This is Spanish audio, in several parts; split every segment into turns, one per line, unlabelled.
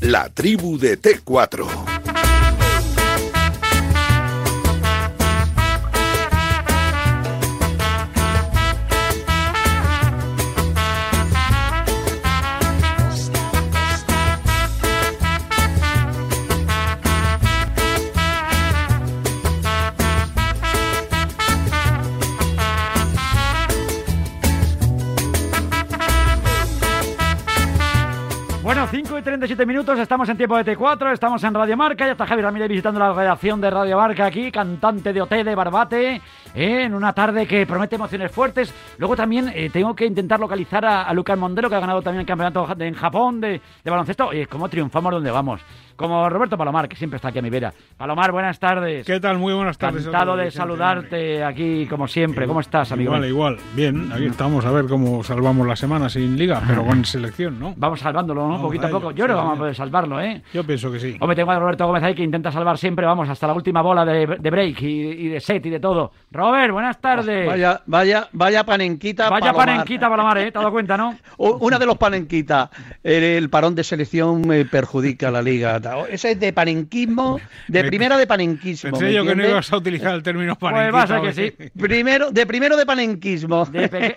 La tribu de T4.
Bueno, 5 y 37 minutos, estamos en tiempo de T4, estamos en Radio Marca, ya está Javier Ramírez visitando la redacción de Radio Marca aquí, cantante de OT de Barbate, eh, en una tarde que promete emociones fuertes. Luego también eh, tengo que intentar localizar a, a Lucas Mondelo, que ha ganado también el campeonato ja- de- en Japón de, de baloncesto. Oye, cómo triunfamos donde vamos. Como Roberto Palomar, que siempre está aquí a mi vera. Palomar, buenas tardes.
¿Qué tal? Muy buenas tardes.
Encantado
otra vez,
de
Vicente.
saludarte aquí, como siempre. ¿Cómo estás, amigo?
Igual, igual. Bien, aquí estamos a ver cómo salvamos la semana sin liga, pero con selección, ¿no?
Vamos salvándolo, ¿no?
Vamos
poquito
a
a
ello,
poco. Yo creo
sí,
que vamos a
señor.
poder salvarlo, ¿eh?
Yo pienso que sí.
Hombre, tengo a Roberto Gómez ahí que intenta salvar siempre, vamos, hasta la última bola de, de break y, y de set y de todo. Robert, buenas tardes.
Pues Vaya, vaya, vaya panenquita.
Vaya
Palomar.
panenquita, Palomar, ¿eh? ¿Te has dado cuenta, no?
U- Una de los panenquitas. El, el parón de selección eh, perjudica a la liga. Ese es de panenquismo, de
Me-
primera de panenquismo.
Pensé
¿me
yo que no
entiendes?
ibas a utilizar el término para.
Pues va a ser que sí.
Primero, de primero de panenquismo.
De, peque-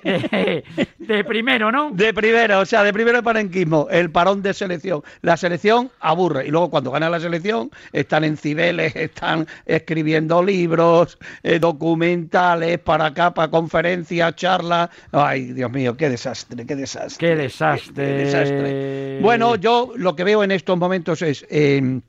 de- de primero, ¿no?
De primero, o sea, de primero de panenquismo, el parón de selección. La selección aburre y luego cuando gana la selección están en cibeles, están escribiendo libros, eh, documentales para acá, para conferencias, charlas. Ay, Dios mío, qué desastre, qué desastre.
Qué desastre.
Qué desastre. Bueno, yo lo que veo en estos momentos es... eh,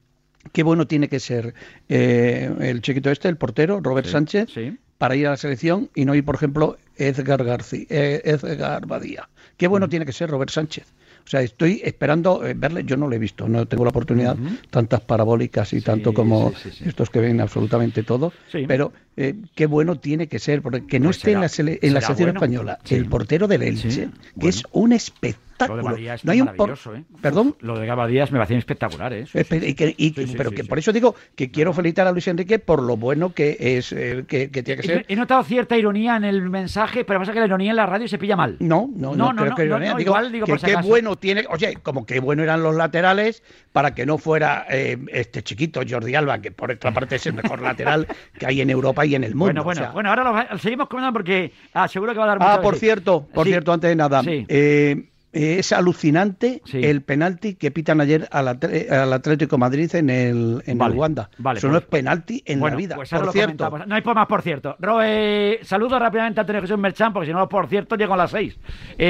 Qué bueno tiene que ser eh, el chiquito este, el portero, Robert Sánchez,
Sí.
para ir a la selección y no ir, por ejemplo, Edgar García, eh, Edgar Badía. Qué
Mm.
bueno tiene que ser Robert Sánchez. O sea, estoy esperando eh, verle. Yo no lo he visto, no tengo la oportunidad, tantas parabólicas y tanto como
sí, sí, sí.
estos que ven absolutamente todo.
Sí.
Pero eh, qué bueno tiene que ser, porque que no
Pues
esté en la,
será-
sele- en la
será
selección
bueno.
española
Sí.
el portero del Elche,
Sí,
que
bueno.
es un espectáculo.
Lo de Badía es
no hay un por-
maravilloso, ¿eh?
Perdón.
Lo de Gabadías me parecía espectacular, ¿eh? Sí, sí.
Espe- y que- y-
Sí, sí,
pero
sí,
que
sí.
por eso digo que quiero felicitar a Luis Enrique por lo bueno que es eh, que, que tiene que ser
He he notado cierta ironía en el mensaje, pero pasa que la ironía en la radio se pilla mal.
No, no,
No,
no,
eh, no,
creo
no,
que
no,
ironía.
no,
digo,
igual, digo,
que
por si
qué
acaso.
bueno tiene, oye, como qué bueno eran los laterales para que no fuera eh, este chiquito Jordi Alba, que por otra parte es el mejor lateral que hay en Europa y en el
bueno,
mundo.
bueno,
o sea.
bueno, ahora lo va- seguimos comentando porque ah, seguro que va a dar
Ah,
mucho-
por
sí.
cierto, por
Sí.
cierto, antes de nada,
Sí.
eh, es alucinante
Sí.
el penalti que pitan ayer al, Atle- al Atlético de Madrid en el en
Vale,
el Wanda.
vale,
Eso no
pues-
es penalti en
Bueno,
la vida.
pues ahora
por
lo
cierto,
comentamos. No hay por más, por cierto. Ro, eh, saludo rápidamente a Antonio Jesús Merchan, porque si no, por cierto, llego a las 6.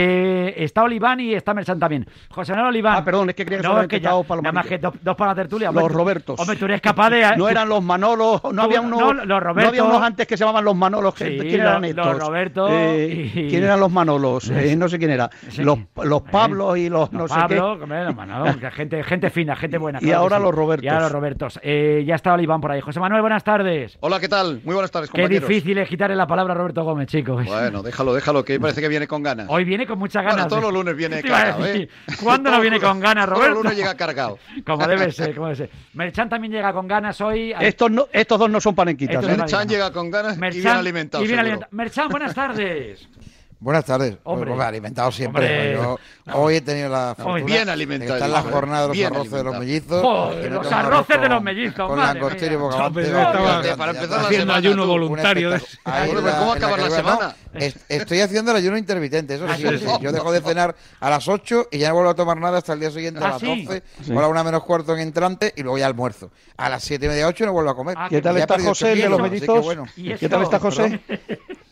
está Oliván y está Merchan también. José Manuel Oliván.
Ah, perdón, es que creía que
no, es
solamente
que ya,
estaba Palomar
Nada
y
más
yo.
que dos, dos para la tertulia.
Los
hombre, tú-
Robertos.
Hombre, tú eres capaz de.
no eran los Manolos, no había
no,
unos,
los
no había
Robertos.
unos antes que se llamaban los Manolos. que-
Sí,
¿Quién
lo-
eran
los
estos?
Roberto
Eh,
y-
¿Quién eran los Manolos? Eh, no sé quién era.
Sí.
Los, los
Eh,
Pablos y los, no
los
sé
Pablo,
qué.
hombre, los Manolo, que gente, gente fina, gente buena.
Y ahora
que
los Robertos.
Y ahora los Robertos. Eh, ya está Oliván por ahí. José Manuel, buenas tardes.
Hola, ¿qué tal? Muy buenas tardes,
Qué
compañeros.
difícil es quitarle la palabra a Roberto Gómez, chicos.
Bueno, déjalo, déjalo, que parece que viene con ganas.
Hoy viene con muchas ganas.
Bueno, todos los lunes viene
Te iba a
cargado,
decir,
¿eh?
¿Cuándo no
Todos
viene
los-
con ganas,
todos
Roberto?
los lunes llega cargado.
Como debe ser, como debe ser. Merchan también llega con ganas hoy.
Estos, no- estos dos no son panenquitas.
Estos
¿eh?
no-
Merchan llega con ganas
Merchan-
y bien alimentado.
y bien
seguro.
alimenta- Merchan, buenas tardes.
Buenas tardes.
Hombre.
Hombre. alimentado siempre. pues,
Hombre.
Yo hoy he tenido la fortuna
Bien
de
alimentado,
estar en la
hombre.
jornada de los
Bien
arroces de los
alimentado.
mellizos.
Joder,
que no
los
tengo arroz
arroz de
con-
los mellizos,
Con
madre
langostino y
mía.
bogavante.
Yo
de
pensaba-
bogavante,
Para empezar la
ya está.
Haciendo
semana,
ayuno
tú.
Un
voluntario. de-
espectáculo. Ahí
Bueno,
en
pues, ¿cómo
en
acabas la
calibra, no.
semana?
Es- estoy haciendo el ayuno intermitente, eso
Ah,
sí,
sí.
sí. Yo dejo de cenar a las 8 y ya no vuelvo a tomar nada hasta el día siguiente
Ah,
a las
sí.
12, o a la 1 menos cuarto en entrante y luego ya almuerzo. A las 7 y media 8 no vuelvo a comer.
Ah,
¿Qué tal
Ya he
está
perdido
José, el de
ocho
los
kilos, así que
mellizos?
bueno.
¿Y eso?
¿Qué tal está José?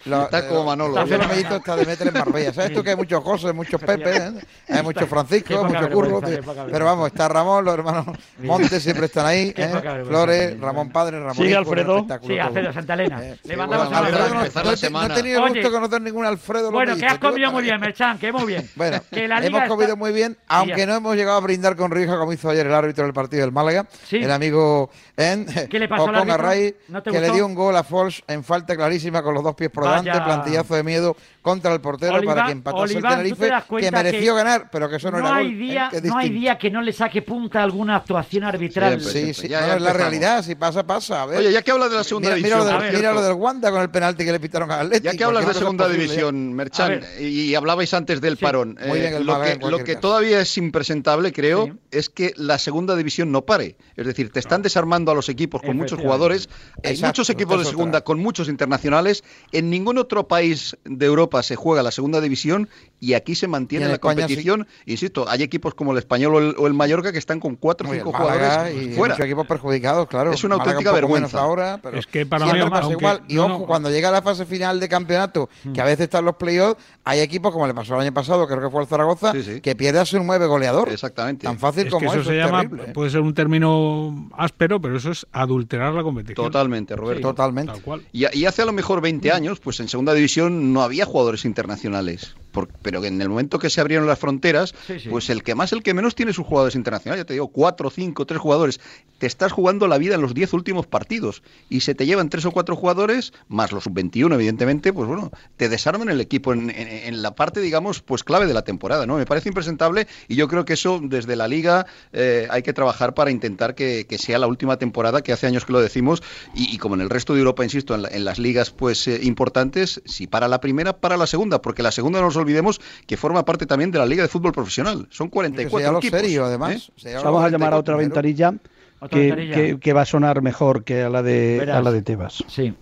Lo-
Está
eh,
como Manolo.
José Medito está de meter en Marbella. ¿Sabes tú que hay muchos José, muchos Pepe, ¿eh? hay muchos
Qué
Francisco,
poca
muchos Curro?
vergüenza, qué poca vergüenza.
Pero vamos, está Ramón, los hermanos Montes siempre están ahí.
Qué
¿eh?
poca vergüenza.
Flores, Ramón Padre, Ramón.
Sigue
Hijo,
Alfredo.
un espectáculo
Sí,
todo.
Alfredo Santa Elena.
Eh, sí,
Le mandamos
bueno,
un
Alfredo,
abrazo.
Alfredo,
no,
empezar
no
la
he te- no
semana.
he tenido el gusto
Oye.
de conocer ningún Alfredo.
Bueno,
López,
que has
te digo
comido
la
muy bien,
verdad.
Merchan, que muy bien.
¿eh? Bueno,
que la liga
hemos comido
está-
muy bien,
Y ya.
aunque no hemos llegado a brindar con rija como hizo ayer el árbitro del partido del Málaga,
Sí.
el amigo en
¿Qué le pasó al árbitro? ¿No te
que le
gustó?
dio un gol a Fols en falta clarísima con los dos pies por
Vaya.
delante, plantillazo de miedo, contra el portero
Oliván,
para que empatase
Oliván, ¿tú te
el Tenerife,
das cuenta
que mereció
que
ganar, pero que eso no,
no
era
hay
gol, ¿eh?
día,
Que es
no hay
distinto.
día que no le saque punta a alguna actuación arbitral.
Siempre,
Sí, sí,
Ya,
no,
ya
es la
empezamos.
realidad, si pasa, pasa. A ver.
Oye, ya que hablas de la segunda
mira, mira
división.
lo del,
a
por
ver,
cierto,
mira lo del Wanda con el penalti que le pitaron a Atleti.
Ya que hablas de
cualquier cosa
segunda
posible, ¿eh?
división,
A
Merchan,
ver.
y, y hablabais antes del
Sí.
parón, eh,
Muy bien, el
lo,
Málaga en
que, lo
cualquier
que
caso.
todavía es impresentable, creo,
Sí.
es que la segunda división no pare. Es decir, te están desarmando a los equipos con muchos
Efectivamente.
jugadores. Hay
Exacto,
muchos
esta
equipos
es
de
otra.
segunda con muchos internacionales. En ningún otro país de Europa se juega la segunda división y aquí se
Y
mantiene
en
la
España sí.
competición. Insisto, hay equipos como el Español o el, o el Mallorca que están con cuatro o
Muy bien,
cinco
Málaga
jugadores
y
fuera.
muchos equipos perjudicados, claro.
Es una
Málaga
auténtica
un poco menos
vergüenza.
ahora, pero
Es que para
siempre
mí,
pasa
aunque-
igual. Y
no, Mm.
ojo,
no.
cuando llega la fase final de campeonato, que a veces están los playoffs, hay equipos como le pasó el año pasado, creo que fue el Zaragoza,
Sí, sí.
que pierde a su nueve goleador.
Exactamente.
Tan fácil
Es que
como
eso,
eso,
se
es
llama, pues,
terrible, ¿eh?
puede ser un término áspero, pero eso es adulterar la competición.
Totalmente, Roberto.
Totalmente.
Tal cual.
Y, y hace a lo mejor 20
Mm.
años, pues en segunda división no había jugadores internacionales. Por- pero que en el momento que se abrieron las fronteras,
Sí, sí.
pues el que más, el que menos tiene sus jugadores internacionales. Ya te digo, cuatro, cinco, tres jugadores. Te estás jugando la vida en los 10 últimos partidos. Y se te llevan tres o cuatro jugadores, más los 21, evidentemente, pues bueno, te desarman el equipo en, en- en la parte, digamos, pues clave de la temporada. ¿no? Me parece impresentable y yo creo que eso desde la liga eh, hay que trabajar para intentar que, que sea la última temporada, que hace años que lo decimos, y, y como en el resto de Europa, insisto, en, la- en las ligas pues eh, importantes, si para la primera, para la segunda, porque la segunda no nos olvidemos que forma parte también de la Liga de Fútbol Profesional. Son
Porque
44
sería lo
equipos.
serio, además.
¿eh?
Sería lo
Vamos a llamar a otra
44 primero.
ventanilla,
Otra
que,
ventanilla.
que- que va a sonar mejor que a la de, a
Verás.
la de Tebas.
Sí.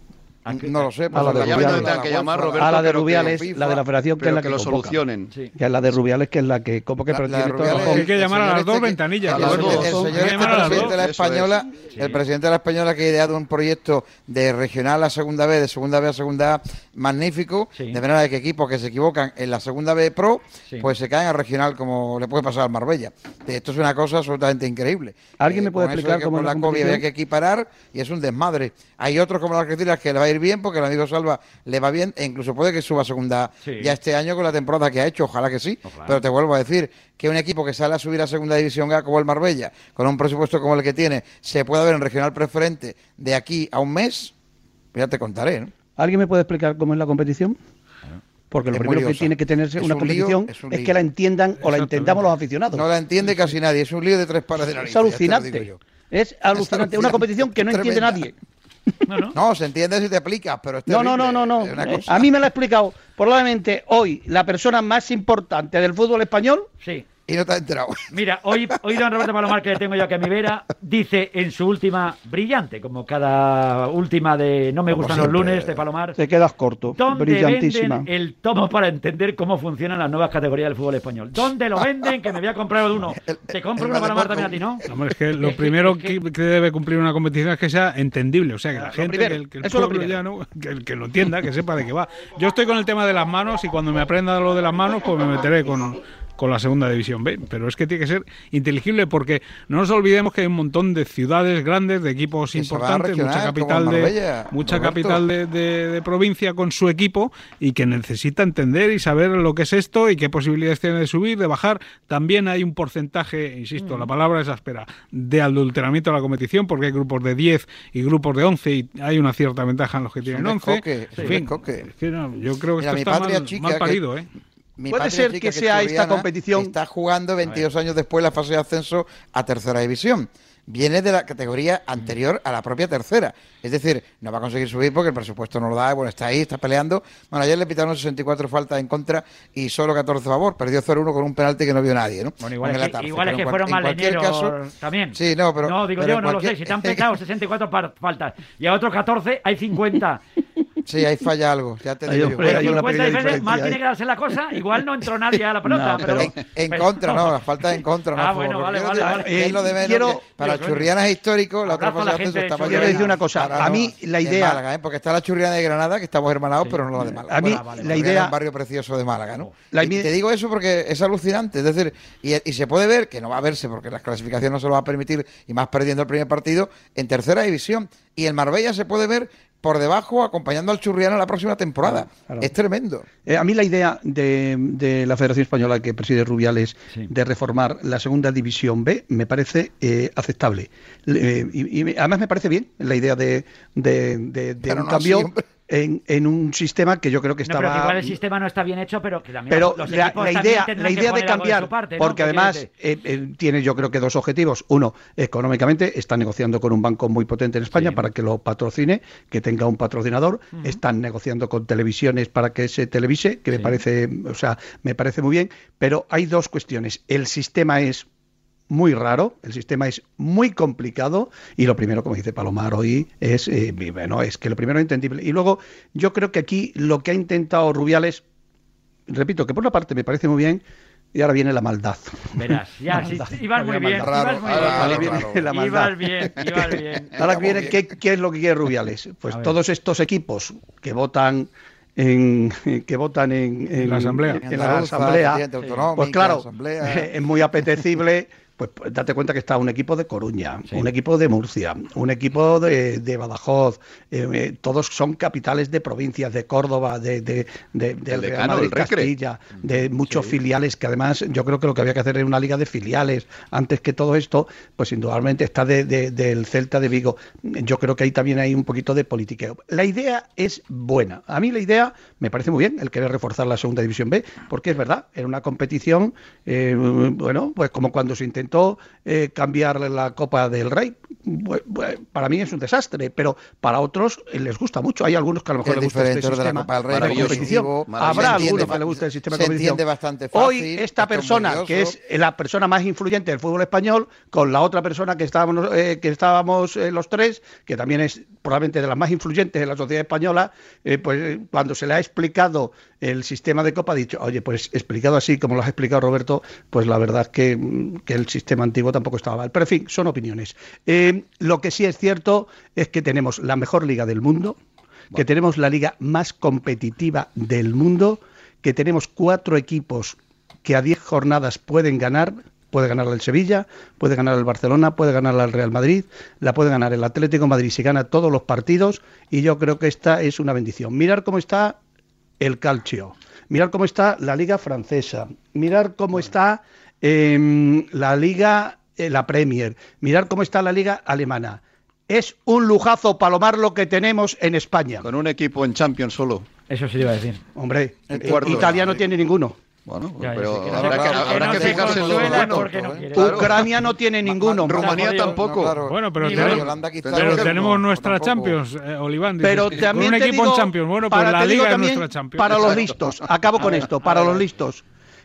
Aquí-
No lo sé.
la
pues,
de
Ya me
Rubiales.
tendrán que llamar,
la-
Roberto,
a la de
pero que-
Rubiales,
FIFA,
la de la federación, que es
Pero
la
que
que,
lo
convoca.
solucionen.
Sí.
Que es la de Rubiales, que es la que convoca, pero
La- la
tiene
de
toda la
Rubiales
razón.
Hay que
el
llamar a
señor
las
este
dos
que-
ventanillas.
a
El
las
señor-
dos.
el
Hay que
señor este
llamar a las
presidente de la
dos. Eso es.
española, el presidente de la española que ha ideado un proyecto de regional a segunda B, de segunda B a segunda A, magnífico,
Sí.
de manera que equipos que se equivocan en la segunda B Pro,
Sí.
pues se caen a regional como le puede pasar al Marbella. Esto es una cosa absolutamente increíble. Eh,
¿Alguien me puede
con eso de
explicar
que
cómo
con
es
la
la
COVID había
competición?
que equiparar y es un desmadre. Hay otros como las Algeciras que le va a ir bien porque el amigo Salva le va bien e incluso puede que suba a segunda A
Sí.
ya este año con la temporada que ha hecho, ojalá que sí,
Ojalá.
pero te vuelvo a decir que un equipo que sale a subir a segunda división A como el Marbella, con un presupuesto como el que tiene, se pueda ver en regional preferente de aquí a un mes, ya te contaré, ¿no?
¿Alguien me puede explicar cómo es la competición? Porque lo
Es muy
primero que
liosa.
tiene que tenerse
Es
una
un
competición
lío, es
es,
un lío.
que la entiendan o la entendamos los aficionados.
No la entiende casi nadie, es un lío de tres pares de
es
narices. ya te lo digo
alucinante.
yo.
Es alucinante. Una
alucinante,
competición que no
es
entiende
tremenda.
nadie.
No, no.
No, se entiende si te aplicas, pero es
No, no, no,
terrible,
no, no.
es una
Eh,
cosa.
A mí me lo ha explicado probablemente hoy la persona más importante del fútbol español.
Sí.
Y no te has enterado.
Mira, hoy, hoy don Roberto Palomar, que le tengo yo aquí a mi vera, dice en su última, brillante, como cada última de No me
Como
gustan
siempre.
los lunes de Palomar,
Te quedas corto.
¿dónde
Brillantísima.
venden el tomo para entender cómo funcionan las nuevas categorías del fútbol español? ¿Dónde lo venden? Que me voy a comprar uno. Te compro
el
uno Palomar
Valdemar
también a ti, ¿no?
Hombre, es que lo primero que, que debe cumplir una competición es que sea entendible, o sea, que la
Lo
gente,
primero,
que el, que el
eso es lo
pueblo ya no, que, el que lo entienda, que sepa de qué va. Yo estoy con el tema de las manos y cuando me aprenda lo de las manos, pues me meteré con, con la segunda división B. Pero es que tiene que ser inteligible porque no nos olvidemos que hay un montón de ciudades grandes, de equipos
Que se van a
importantes, mucha
regional, como
capital, de,
Marbella,
mucha
Roberto.
capital de, de- de provincia con su equipo y que necesita entender y saber lo que es esto y qué posibilidades tiene de subir, de bajar. También hay un porcentaje, insisto, la palabra es áspera, de adulteramiento a la competición porque hay grupos de 10 y grupos de 11 y hay una cierta ventaja en los que tienen
un
11.
descoque, es
En
un
fin,
descoque.
es que no, yo creo que esto
Mira, mi
está
patria
mal,
chica
mal
que-
parido, ¿eh?
Mi
Puede
patria
ser
chica,
que sea esta
asturiana,
competición-
Está jugando 22 años después la fase de ascenso a tercera división. Viene de la
Mm.
categoría anterior a la propia tercera. Es decir, no va a conseguir subir porque el presupuesto no lo da. Bueno, está ahí, está peleando. Bueno, ayer le pitaron 64 faltas en contra y solo 14 a favor. Perdió 0-1 con un penalti que no vio nadie, ¿no?
Bueno, igual
Aunque
es
la
que,
tarde,
igual es
pero
que
en
fueron
cual- en cualquier
maleñeros
caso-
también.
Sí, no, pero-
No, digo
pero
yo,
en
no lo sé.
cualquier-
Si te han pecado 64 par- faltas y a otros 14 hay 50.
Pues Sí, ahí falla algo. Ya te
Ay,
digo yo.
hombre, Pero hay
Hay
una
50
pequeña
diferencia,
diferencia
mal
ahí.
tiene que darse la cosa. Igual no entró nadie a la pelota.
No,
pero,
pero-
En, en contra, no, la falta en contra, no.
Ah,
por
bueno,
favor.
vale,
Yo
vale,
digo
vale.
que es lo de menos,
Quiero-
que para
Dios,
Churriana es histórico, la
Abrazo
otra
a
fase
la
de ascenso
gente de
está para
Churriana. Quiero
Churriana.
decir
una cosa,
Para
a
no-
mí la
de
idea-
Málaga, ¿eh? porque está la Churriana de Granada, que estamos hermanados, pero no la de Málaga.
A mí
Bueno,
la
Churriana
idea-
es un barrio precioso de Málaga, ¿no?
La
y
ide-
te digo eso porque es alucinante, es decir, y, y se puede ver que no va a verse porque las clasificaciones no se lo va a permitir, y más perdiendo el primer partido, en tercera división. Y el Marbella se puede ver por debajo acompañando al Churriana la próxima temporada.
claro.
Es tremendo.
Eh, a mí la idea de, de la Federación Española que preside Rubiales
Sí.
de reformar la Segunda División B me parece eh, aceptable. Le- eh, y, y me- además me parece bien la idea de, de- de- de
Pero
un
no así,
cambio.
hombre.
en, en un sistema que yo creo que
No, pero que
estaba...
igual el sistema no está bien hecho, pero que también
Pero
los
la,
equipos
la
también
idea,
tendrán
la
que
idea de
poner algo
cambiar,
su parte, ¿no?
porque además
Efectivamente.
eh, eh, tiene yo creo que dos objetivos. Uno, económicamente, están negociando con un banco muy potente en España
Sí.
para que lo patrocine, que tenga un patrocinador. Están negociando con televisiones para que se televise, que me
Sí.
parece, o sea, me parece muy bien. Pero hay dos cuestiones. El sistema es muy raro, el sistema es muy complicado y lo primero, como dice Palomar hoy, es, eh, bueno, es que lo primero es entendible. Y luego yo creo que aquí lo que ha intentado Rubiales, repito, que por una parte me parece muy bien y ahora viene la maldad.
Verás, ya, sí, sí, ibas muy
Había
bien,
maldad.
ibas muy
Raro,
bien.
raro,
Ahora viene
raro.
la maldad.
Ibas bien, ibas bien.
Ahora
Estamos
viene,
bien.
¿qué, qué es lo que quiere Rubiales?
A
Pues
ver.
todos estos equipos que votan en que votan en,
En la asamblea.
en la asamblea, pues claro,
asamblea.
es muy apetecible. Pues pues, date cuenta que está un equipo de Coruña,
Sí.
un equipo de Murcia, un equipo de, de Badajoz, eh, eh, todos son capitales de provincias, de Córdoba, de, de, de- del Real
El decano,
Madrid
el Recre.
Castilla, de muchos filiales, que además yo creo que lo que había que hacer era una liga de filiales antes que todo esto, pues indudablemente está de- de- del Celta de Vigo. Yo creo que ahí también hay un poquito de politiqueo. La idea es buena. A mí la idea me parece muy bien el querer reforzar la segunda división B, porque es verdad, era una competición, eh, bueno, pues como cuando se intentó eh, cambiar la Copa del Rey. Bu- bu- Para mí es un desastre, pero para otros eh, les gusta mucho. Hay algunos que a lo mejor
Es
les gusta este
diferente de la
sistema
Copa del Rey,
maravilloso.
competición.
competitivo,
maravilloso.
Habrá
Se
algunos
entiende
que les gusta el sistema
se
de competición.
entiende bastante fácil,
Hoy esta
está
persona, que es
orgulloso.
la persona más influyente del fútbol español, con la otra persona que estábamos, eh, que estábamos eh, los tres, que también es probablemente de las más influyentes de la sociedad española, eh, pues eh, cuando se le ha explicado el sistema de Copa, ha dicho, oye, pues explicado así como lo has explicado Roberto, pues la verdad es que, mm, que el sistema antiguo tampoco estaba mal. Pero en fin, son opiniones. Eh, lo que sí es cierto es que tenemos la mejor liga del mundo, que tenemos la liga más competitiva del mundo, que tenemos cuatro equipos que a 10 jornadas pueden ganar. Puede ganar el Sevilla, puede ganar el Barcelona, puede ganar el Real Madrid, la puede ganar el Atlético de Madrid si gana todos los partidos. Y yo creo que esta es una bendición. Mirar cómo está el calcio, mirar cómo está la liga francesa, mirar cómo está em, la liga, eh, la Premier, mirar cómo está la liga alemana. Es un lujazo palomar lo que tenemos en España.
Con un equipo en Champions solo.
Eso sí te iba a decir.
Hombre,
El
eh,
cuarto.
Italia no tiene ninguno.
Bueno,
Ya, ya sé
pero
que no
habrá
se
que,
consuela,
habrá
no
que
se
fijarse en ¿eh? lo
consuela
bueno.
porque no quiere.
Claro.
Ucrania no tiene ninguno.
Rumanía
jodido.
tampoco.
No, claro.
Bueno, pero
Ni
tenemos-
Yolanda quizá
Pero
tampoco,
tenemos nuestra
tampoco.
Champions, eh, Oliván. dice,
Pero
con
también
un
te
equipo
digo-
en Champions. Bueno, pues
para-
la
te digo
Liga es
también
nuestra Champions.
Para los
Exacto.
listos, acabo con esto, para los listos.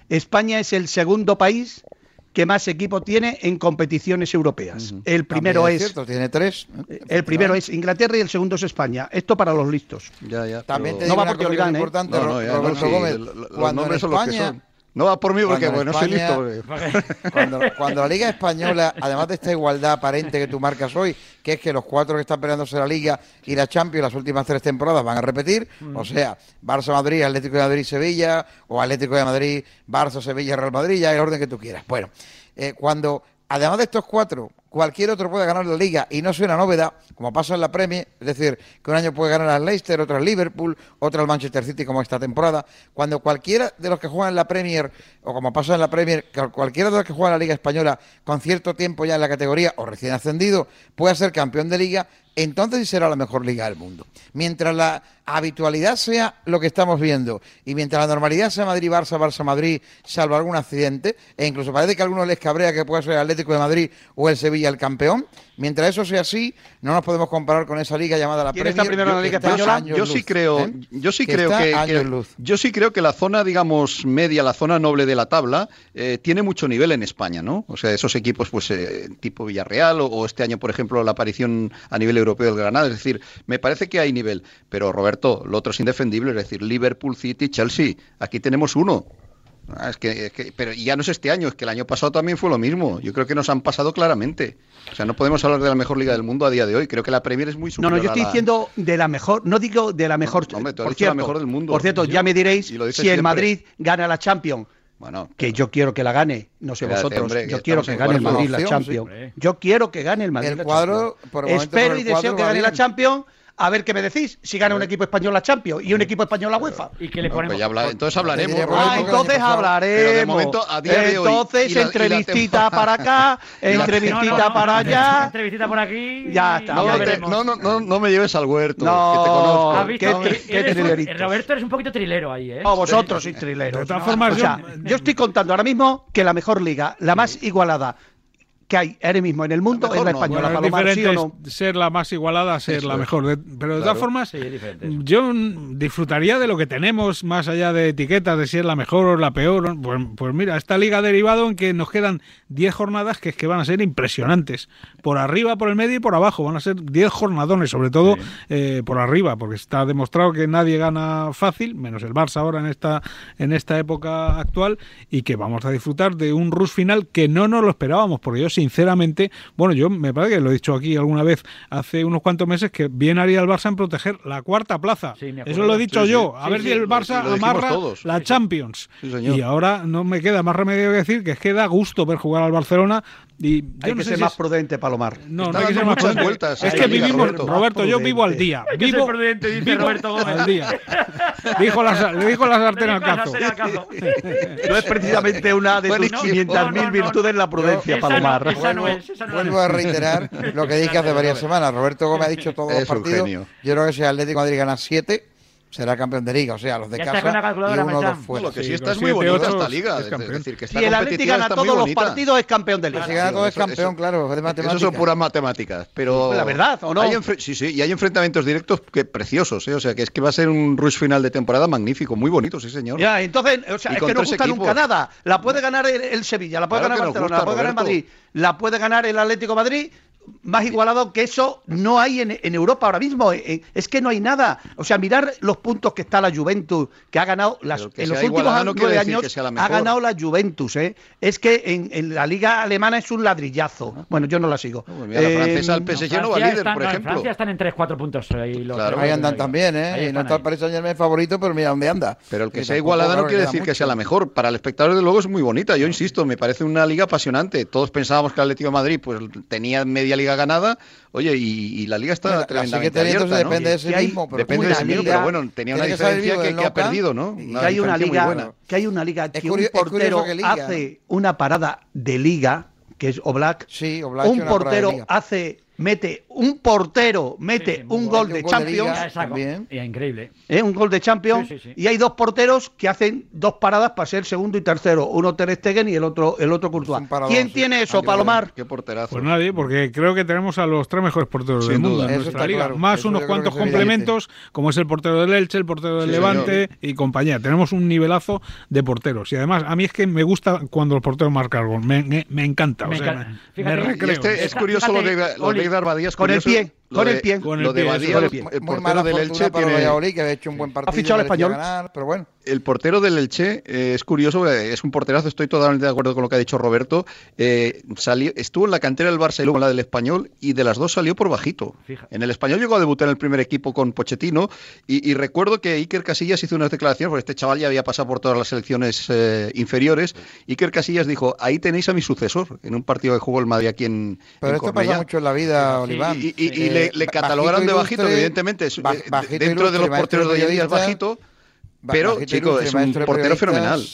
España es el segundo país que más equipo tiene en competiciones europeas. El primero
También
es,
cierto, tiene tres.
el primero es Inglaterra y el segundo es España. Esto para los listos.
Ya, ya,
También te
pero-
digo
va
una
porque
cosa que es
Oliván, ¿eh?
importante,
No, no, ya, no,
Roberto
sí,
Gómez.
lo- lo- los
cuando en
nombres son los que
España-
son. No va por mí porque,
cuando en
bueno, soy
España-
listo. porque-
Cuando, cuando la Liga Española, además de esta igualdad aparente que tú marcas hoy, que es que los cuatro que están peleándose la Liga y la Champions las últimas tres temporadas van a repetir,
Mm.
o sea, Barça-Madrid, Atlético de Madrid-Sevilla, o Atlético de Madrid, Barça-Sevilla-Real Madrid, ya el orden que tú quieras. Bueno, eh, cuando, además de estos cuatro, cualquier otro puede ganar la Liga y no sea una novedad, como pasa en la Premier, es decir, que un año puede ganar al Leicester, otro al Liverpool, otro al Manchester City como esta temporada, cuando cualquiera de los que juegan en la Premier, o como pasa en la Premier, que cualquiera de los que juegan en la Liga Española con cierto tiempo ya en la categoría o recién ascendido, puede ser campeón de Liga, entonces sí será la mejor Liga del mundo. Mientras la habitualidad sea lo que estamos viendo y mientras la normalidad sea Madrid-Barça, Barça-Madrid, salvo algún accidente, e incluso parece que a algunos les cabrea que pueda ser el Atlético de Madrid o el Sevilla el campeón, mientras eso sea así, no nos podemos comparar con esa liga llamada la
¿Quién
Premier.
está primero en la
que
Liga
está
Española?
Yo,
años
yo sí
luz,
creo,
¿eh?
yo sí creo
está
que,
años
que-
luz.
yo sí creo que la zona, digamos, media, la zona noble de la tabla, eh, tiene mucho nivel en España, ¿no? O sea, esos equipos, pues, eh, tipo Villarreal, o, o este año, por ejemplo, la aparición a nivel europeo del Granada. Es decir, me parece que hay nivel. Pero Roberto, lo otro es indefendible, es decir, Liverpool City, Chelsea. Aquí tenemos uno. Ah, es que, es que- pero ya no es este año, es que el año pasado también fue lo mismo. Yo creo que nos han pasado claramente. O sea, no podemos hablar de la mejor liga del mundo a día de hoy. Creo que la Premier es muy
No,
superior.
no, yo
a
estoy
la-
diciendo de la mejor, no digo de la mejor,
hombre, tú has
por
dicho la
cierto,
mejor del mundo.
Por cierto,
Yo-
ya me diréis si
y lo dices
el
siempre.
Madrid gana la Champions.
Bueno,
Que yo quiero que la gane, no sé
Espérate,
vosotros.
hombre, que
yo quiero
estamos
que
en
gane el
cuartos.
Madrid la
Opción, sí,
Champions.
hombre.
yo quiero que gane el Madrid
El
la
cuadro,
Champions.
por el momento,
Espero
por el
y deseo
cuadro
que
va
gane la
bien.
Champions a ver qué me decís, si gana un equipo español la Champions y un equipo español la UEFA.
Y que le
No,
ponemos.
pues ya habla- entonces hablaremos.
Te diré,
Roberto.
Roberto,
Ah,
que el
entonces
año pasado-
Pero de
hablaremos.
momento, a día de hoy,
entonces,
y la- y la
entrevistita
temporada-
para acá,
Y la-
entrevistita
No, no, no,
para allá.
Entrevistita por aquí.
Ya está,
y
No,
ya
no, te-
veremos.
no, no, no, no me lleves al huerto,
No.
que te
¿Has
conozco.
Ah,
visto?
qué tri-
Eres
qué
un-
trileritos.
Roberto, eres un poquito trilero ahí, ¿eh?
No, Oh, vosotros sois trileros.
De todas
No,
formas,
o sea,
yo-
yo, estoy contando ahora mismo que la mejor liga, la más igualada que hay ahora mismo en el mundo es
La mejor
la
no.
española.
Bueno,
Bueno, es
Palomar, ¿sí o
diferente
no?
es ser la más igualada a ser
Eso
la
es.
mejor. De- Pero de todas
Claro.
formas,
Sí, es diferente eso.
yo mm, disfrutaría de lo que tenemos más allá de etiquetas, de si es la mejor o la peor. Pues, pues mira, esta liga ha derivado en que nos quedan 10 jornadas que es que van a ser impresionantes. Por arriba, por el medio y por abajo. Van a ser 10 jornadones, sobre todo eh, por arriba, porque está demostrado que nadie gana fácil, menos el Barça ahora en esta, en esta época actual, y que vamos a disfrutar de un Rus final que no nos lo esperábamos, porque yo sinceramente, bueno, yo me parece que lo he dicho aquí alguna vez hace unos cuantos meses, que bien haría el Barça en proteger la cuarta plaza.
Sí, me acuerdo.
Eso lo he dicho
Sí,
yo,
sí.
a
Sí,
ver
sí,
si el
lo-
Barça
lo dijimos
amarra
todos.
la Champions.
Sí, señor.
Y ahora no me queda más remedio que decir que es que da gusto ver jugar al Barcelona y yo
Hay
no
que
sé
ser
si
más
es-
prudente, Palomar.
no,
Está
no hay que
dando
ser más
muchas
prudente.
vueltas
Es
a
que
la liga,
vivimos,
Roberto.
Roberto, yo
Más
vivo al
prudente.
día.
Hay que ser
Vivo
prudente, dice
vivo
Roberto Gómez.
al día. Dijo la, sa- le dijo la sartén al
Tenés cosas
cazo.
en el cazo.
No es precisamente una de
Bueno,
tus
no,
500.000
no, no, no.
virtudes la prudencia,
Esa no,
Palomar.
esa no
Vuelvo-
es, esa no
Vuelvo
es.
a reiterar lo que dije hace varias semanas. Roberto Gómez ha dicho todos los
Es un
partidos. Yo
genio.
creo que si el Atlético de Madrid gana 7, será campeón de liga. O sea, los de
Ya está con la
casa y
calculadora,
uno o dos
Mechán.
No,
fuera.
lo que sí,
Sí, con
está es muy
siete,
bonita
ocho
esta
es-
liga.
es
Es,
campeón.
decir, que está
Si el Atlético
competitiva,
gana
está
todos
muy
los
bonita.
partidos, es campeón de liga.
Si gana
Eso-
todo es
eso-
campeón, claro, es de
Eso
matemáticas.
son puras matemáticas, pero...
Pues La verdad, ¿o no?
hay enfre- sí, sí, y hay enfrentamientos directos que preciosos, ¿eh? O sea, que es que va a ser un rush final de temporada magnífico, muy bonito, sí, señor.
Ya, entonces, o sea,
Y
es
con
que no
tres
gusta nunca
equipos.
nada. La puede ganar el, el Sevilla, la puede
Claro
ganar
que nos
Barcelona, la puede
gusta,
ganar el Madrid,
Roberto.
la puede ganar el Atlético de Madrid. Más igualado que eso no hay en, en Europa ahora mismo. Eh, eh, Es que no hay nada. O sea, mirar los puntos que está la Juventus, que ha ganado las-
Pero que
en los
sea
últimos
igualada no quiere
nueve
decir
años,
que sea la
ha
mejor.
ganado la Juventus. ¿eh? Es que en, en la liga alemana es un ladrillazo. Bueno, yo no la sigo.
No, pues mira, la
Eh,
francesa, el PSG no va
Francia
líder,
están-
por
no, en
ejemplo.
Francia están en 3-4 puntos. Ahí, los
Claro.
Ahí
Bueno,
andan
ahí.
también,
Ahí
¿eh? Y no
están
está
ahí.
el Paris Saint-Germain favorito, pero mira dónde anda.
Pero el que
Que
sea
tampoco,
igualada no
claro,
quiere
queda
decir que sea
mucho.
la mejor. Para el espectador, de luego, es muy bonita. Yo insisto, me parece una liga apasionante. Todos pensábamos que el Atlético de Madrid pues, tenía media liga ganada. Oye, y, y la liga está
Mira, la
tremendamente
siguiente
abierta,
entonces
¿no?
depende de
Y
sí
hay-
mismo. pero
Depende de
una
sí mismo,
liga
pero bueno, tenía una
tiene que salir
diferencia
vivo
que-
del
que ha
local
perdido, ¿no?
y-
Una
que hay una
diferencia muy
liga
buena.
que hay una liga que
Es curio- es
un
curioso
portero
que liga,
hace una parada de liga que es Oblak
Sí, Oblak
un
hizo una parada de
portero
liga.
hace mete un portero mete
Sí, sí, muy
un
bueno.
gol
Mete
de
un gol de
Champions
liga.
Ya, exacto.
También.
Ya, increíble.
¿eh? un gol de Champions
Sí, sí, sí.
y hay dos porteros que hacen dos paradas para ser segundo y tercero uno Ter Stegen y el otro el otro Courtois
un paradón,
quién
sí.
tiene eso
Ah, qué
Palomar
Qué porterazo.
Pues nadie, porque creo que tenemos a los tres mejores porteros
Sin
del mundo
duda.
en
Eso
nuestra
está
liga.
claro.
Más
Eso
unos
yo creo
cuantos
que es evidente.
complementos, como es el portero del Elche, el portero del
Sí,
Levante y compañía. Tenemos un nivelazo de porteros. Y además, a mí es que me gusta cuando los porteros marcan gol. Me, me- me encanta. o
Me
sea,
encanta.
me-
Fíjate,
me
y
Y
recreo.
este es
Fíjate,
curioso lo de, lo
Oli.
de Edgar Badía. es
Con el
curioso
pie,
lo
con
de-
el pie.
Con el
Lo de
pie,
Badía,
con el
el,
pie.
el
Muy
portero
mala
del
fortuna
Elche,
para el
tiene,
Valladolid, que había hecho un buen partido.
fichado al
merecía
español.
ganar, pero bueno.
El portero del Elche eh, es curioso, eh, es un porterazo, estoy totalmente de acuerdo con lo que ha dicho Roberto. Eh, salió, estuvo en la cantera del Barça y luego en la del Español y de las dos salió por bajito.
Fija.
En el Español llegó a debutar en el primer equipo con Pochettino y, y recuerdo que Iker Casillas hizo unas declaraciones, porque este chaval ya había pasado por todas las selecciones eh, inferiores. Iker Casillas dijo, ahí tenéis a mi sucesor en un partido que jugó el Madrid aquí en,
Pero
en
esto pasa
Cornellá.
mucho en la vida, Oliván.
Y, y- y le,
Eh,
le
bajito
catalogaron de bajito,
ilustre,
que evidentemente. es-
ba-
eh,
bajito
dentro de
ilustre,
los
maestro
porteros de hoy en día es
periodista,
bajito.
ba-
pero,
bajito
chico,
ilustre,
es un
maestro de
portero
periodistas.
fenomenal.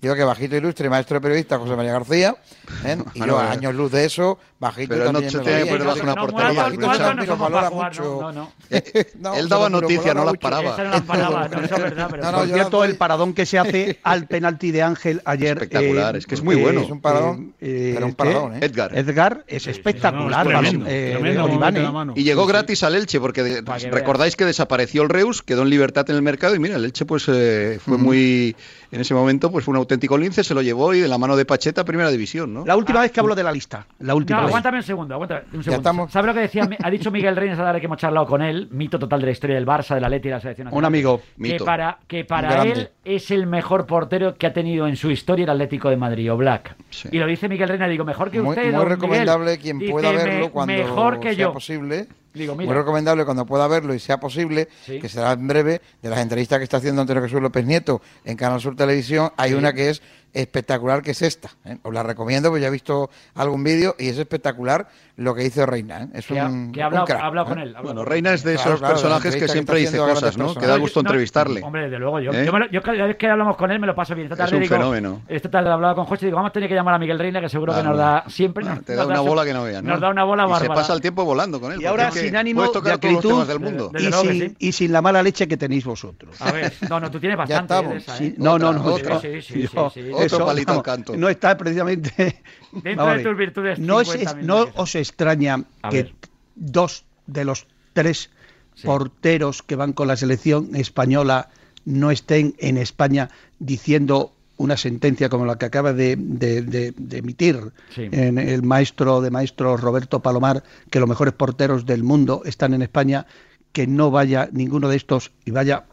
Digo que bajito ilustre, maestro de periodista José María García. ¿eh? Y yo,
Bueno,
a años luz de eso, bajito
Ah, pero no
también
se
me
tiene
lo
que
veía.
poner bajo una
No,
portería,
Murat,
Luis
Bajito
Murat no
Sánchez.
también lo
somos
valora
para jugar,
mucho.
No, no, no.
No,
Él
se
daba
lo- lo
noticia, no
valora
las
mucho.
paraba.
Esa no la paraba, no, eso es verdad. Pero
No, no,
por
yo
cierto,
doy-
el paradón que se hace al penalti de Ángel ayer. eh,
Espectacular, es que es muy bueno.
Es un paradón, pero un
¿qué?
paradón, ¿eh?
Edgar.
Edgar es espectacular,
No, es
balón,
tremendo,
eh, de
tremendo
Oliván,
momento de
¿eh?
la mano.
Y llegó gratis al Elche, porque de-
Pa' que
recordáis que desapareció el Reus, quedó en libertad en el mercado, y mira, el Elche pues eh, fue muy, en ese momento, pues fue un auténtico lince, se lo llevó y de la mano de Pacheta, primera división, ¿no?
La última vez que hablo de la lista. La
Ah. No,
última vez.
aguántame un segundo, aguántame un segundo.
estamos.
¿Sabes lo que decía? Ha dicho Miguel Reyes a la hora que hemos charlado con él, mito total de la historia del Barça, de la Leti y de la selección.
Un
nacional,
amigo.
Mito.
Que para, que para
Grande.
él es el mejor portero que ha tenido en su historia el Atlético de Madrid, o Black.
Sí.
Y lo dice Miguel Reina, digo, mejor que
Muy,
usted.
muy
don
recomendable
Miguel.
quien
Dice,
pueda
"Me-
verlo cuando
Mejor que
sea
yo.
posible.
Digo,
muy
mira.
recomendable cuando pueda verlo y sea posible,
Sí.
que será en breve, de las entrevistas que está haciendo Antonio Jesús López Nieto en Canal Sur Televisión, hay una que es espectacular que es esta. ¿eh? Os la recomiendo, porque ya he visto algún vídeo y es espectacular lo que hizo Reina. ¿eh? Es
Que ha,
un,
que ha
un
hablado,
crack,
ha hablado
¿eh?
con él. ha hablado
Bueno,
con
Reina
él.
es de
Claro,
esos
claro, la
personajes que
entrevista que
siempre
está
dice
haciendo a
cosas,
grandes
¿no? Que
personas.
da
No,
gusto
yo- no,
entrevistarle.
Hombre, desde luego, yo,
¿Eh?
yo, me lo- yo cada vez que hablamos con él me lo paso bien. Esta tarde
Es un
digo,
fenómeno.
Esta tarde hablaba con José y digo, vamos a tener que llamar a Miguel Reina, que seguro que
Claro.
nos da siempre.
Ah,
nos-
Te da
nos
una
su-
bola que no veas, ¿no?
Nos da una bola
y se
bárbara.
pasa el tiempo volando con él.
Y
porque
ahora
es que
sin ánimo
puedes
de
tocar todos los
acritud,
temas del mundo.
desde
Y
luego que
sin,
sí. Ah,
y sin la mala leche que tenéis vosotros.
A ver, no, no, tú tienes
Ya
bastante.
estamos.
de esa, ¿eh?
Sí, no, no, no.
Otra,
no.
sí, sí, sí,
Yo-
sí, sí.
Otro palito al
vamos,
canto.
No está precisamente.
Dentro
Vamos a
de
ver.
tus virtudes,
No, es-
50.000
es- no
virtudes.
os extraña
A
que
ver.
dos de los tres
Sí.
porteros que van con la selección española no estén en España diciendo una sentencia como la que acaba de, de- de- de emitir
Sí.
en el maestro de maestro Roberto Palomar, que los mejores porteros del mundo están en España, que no vaya ninguno de estos y vaya,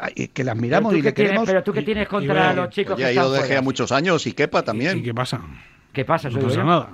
ay, que las miramos
tú
y
qué
le
tienes-
queremos.
pero tú qué
y-
tienes
y
contra
bueno,
los chicos
Oye,
que
ahí lo
están
pues dejé
fuera?
a muchos años y Kepa también.
¿Y qué pasa?
¿Qué pasa?
pues No
Soy
pasa
yo.
nada.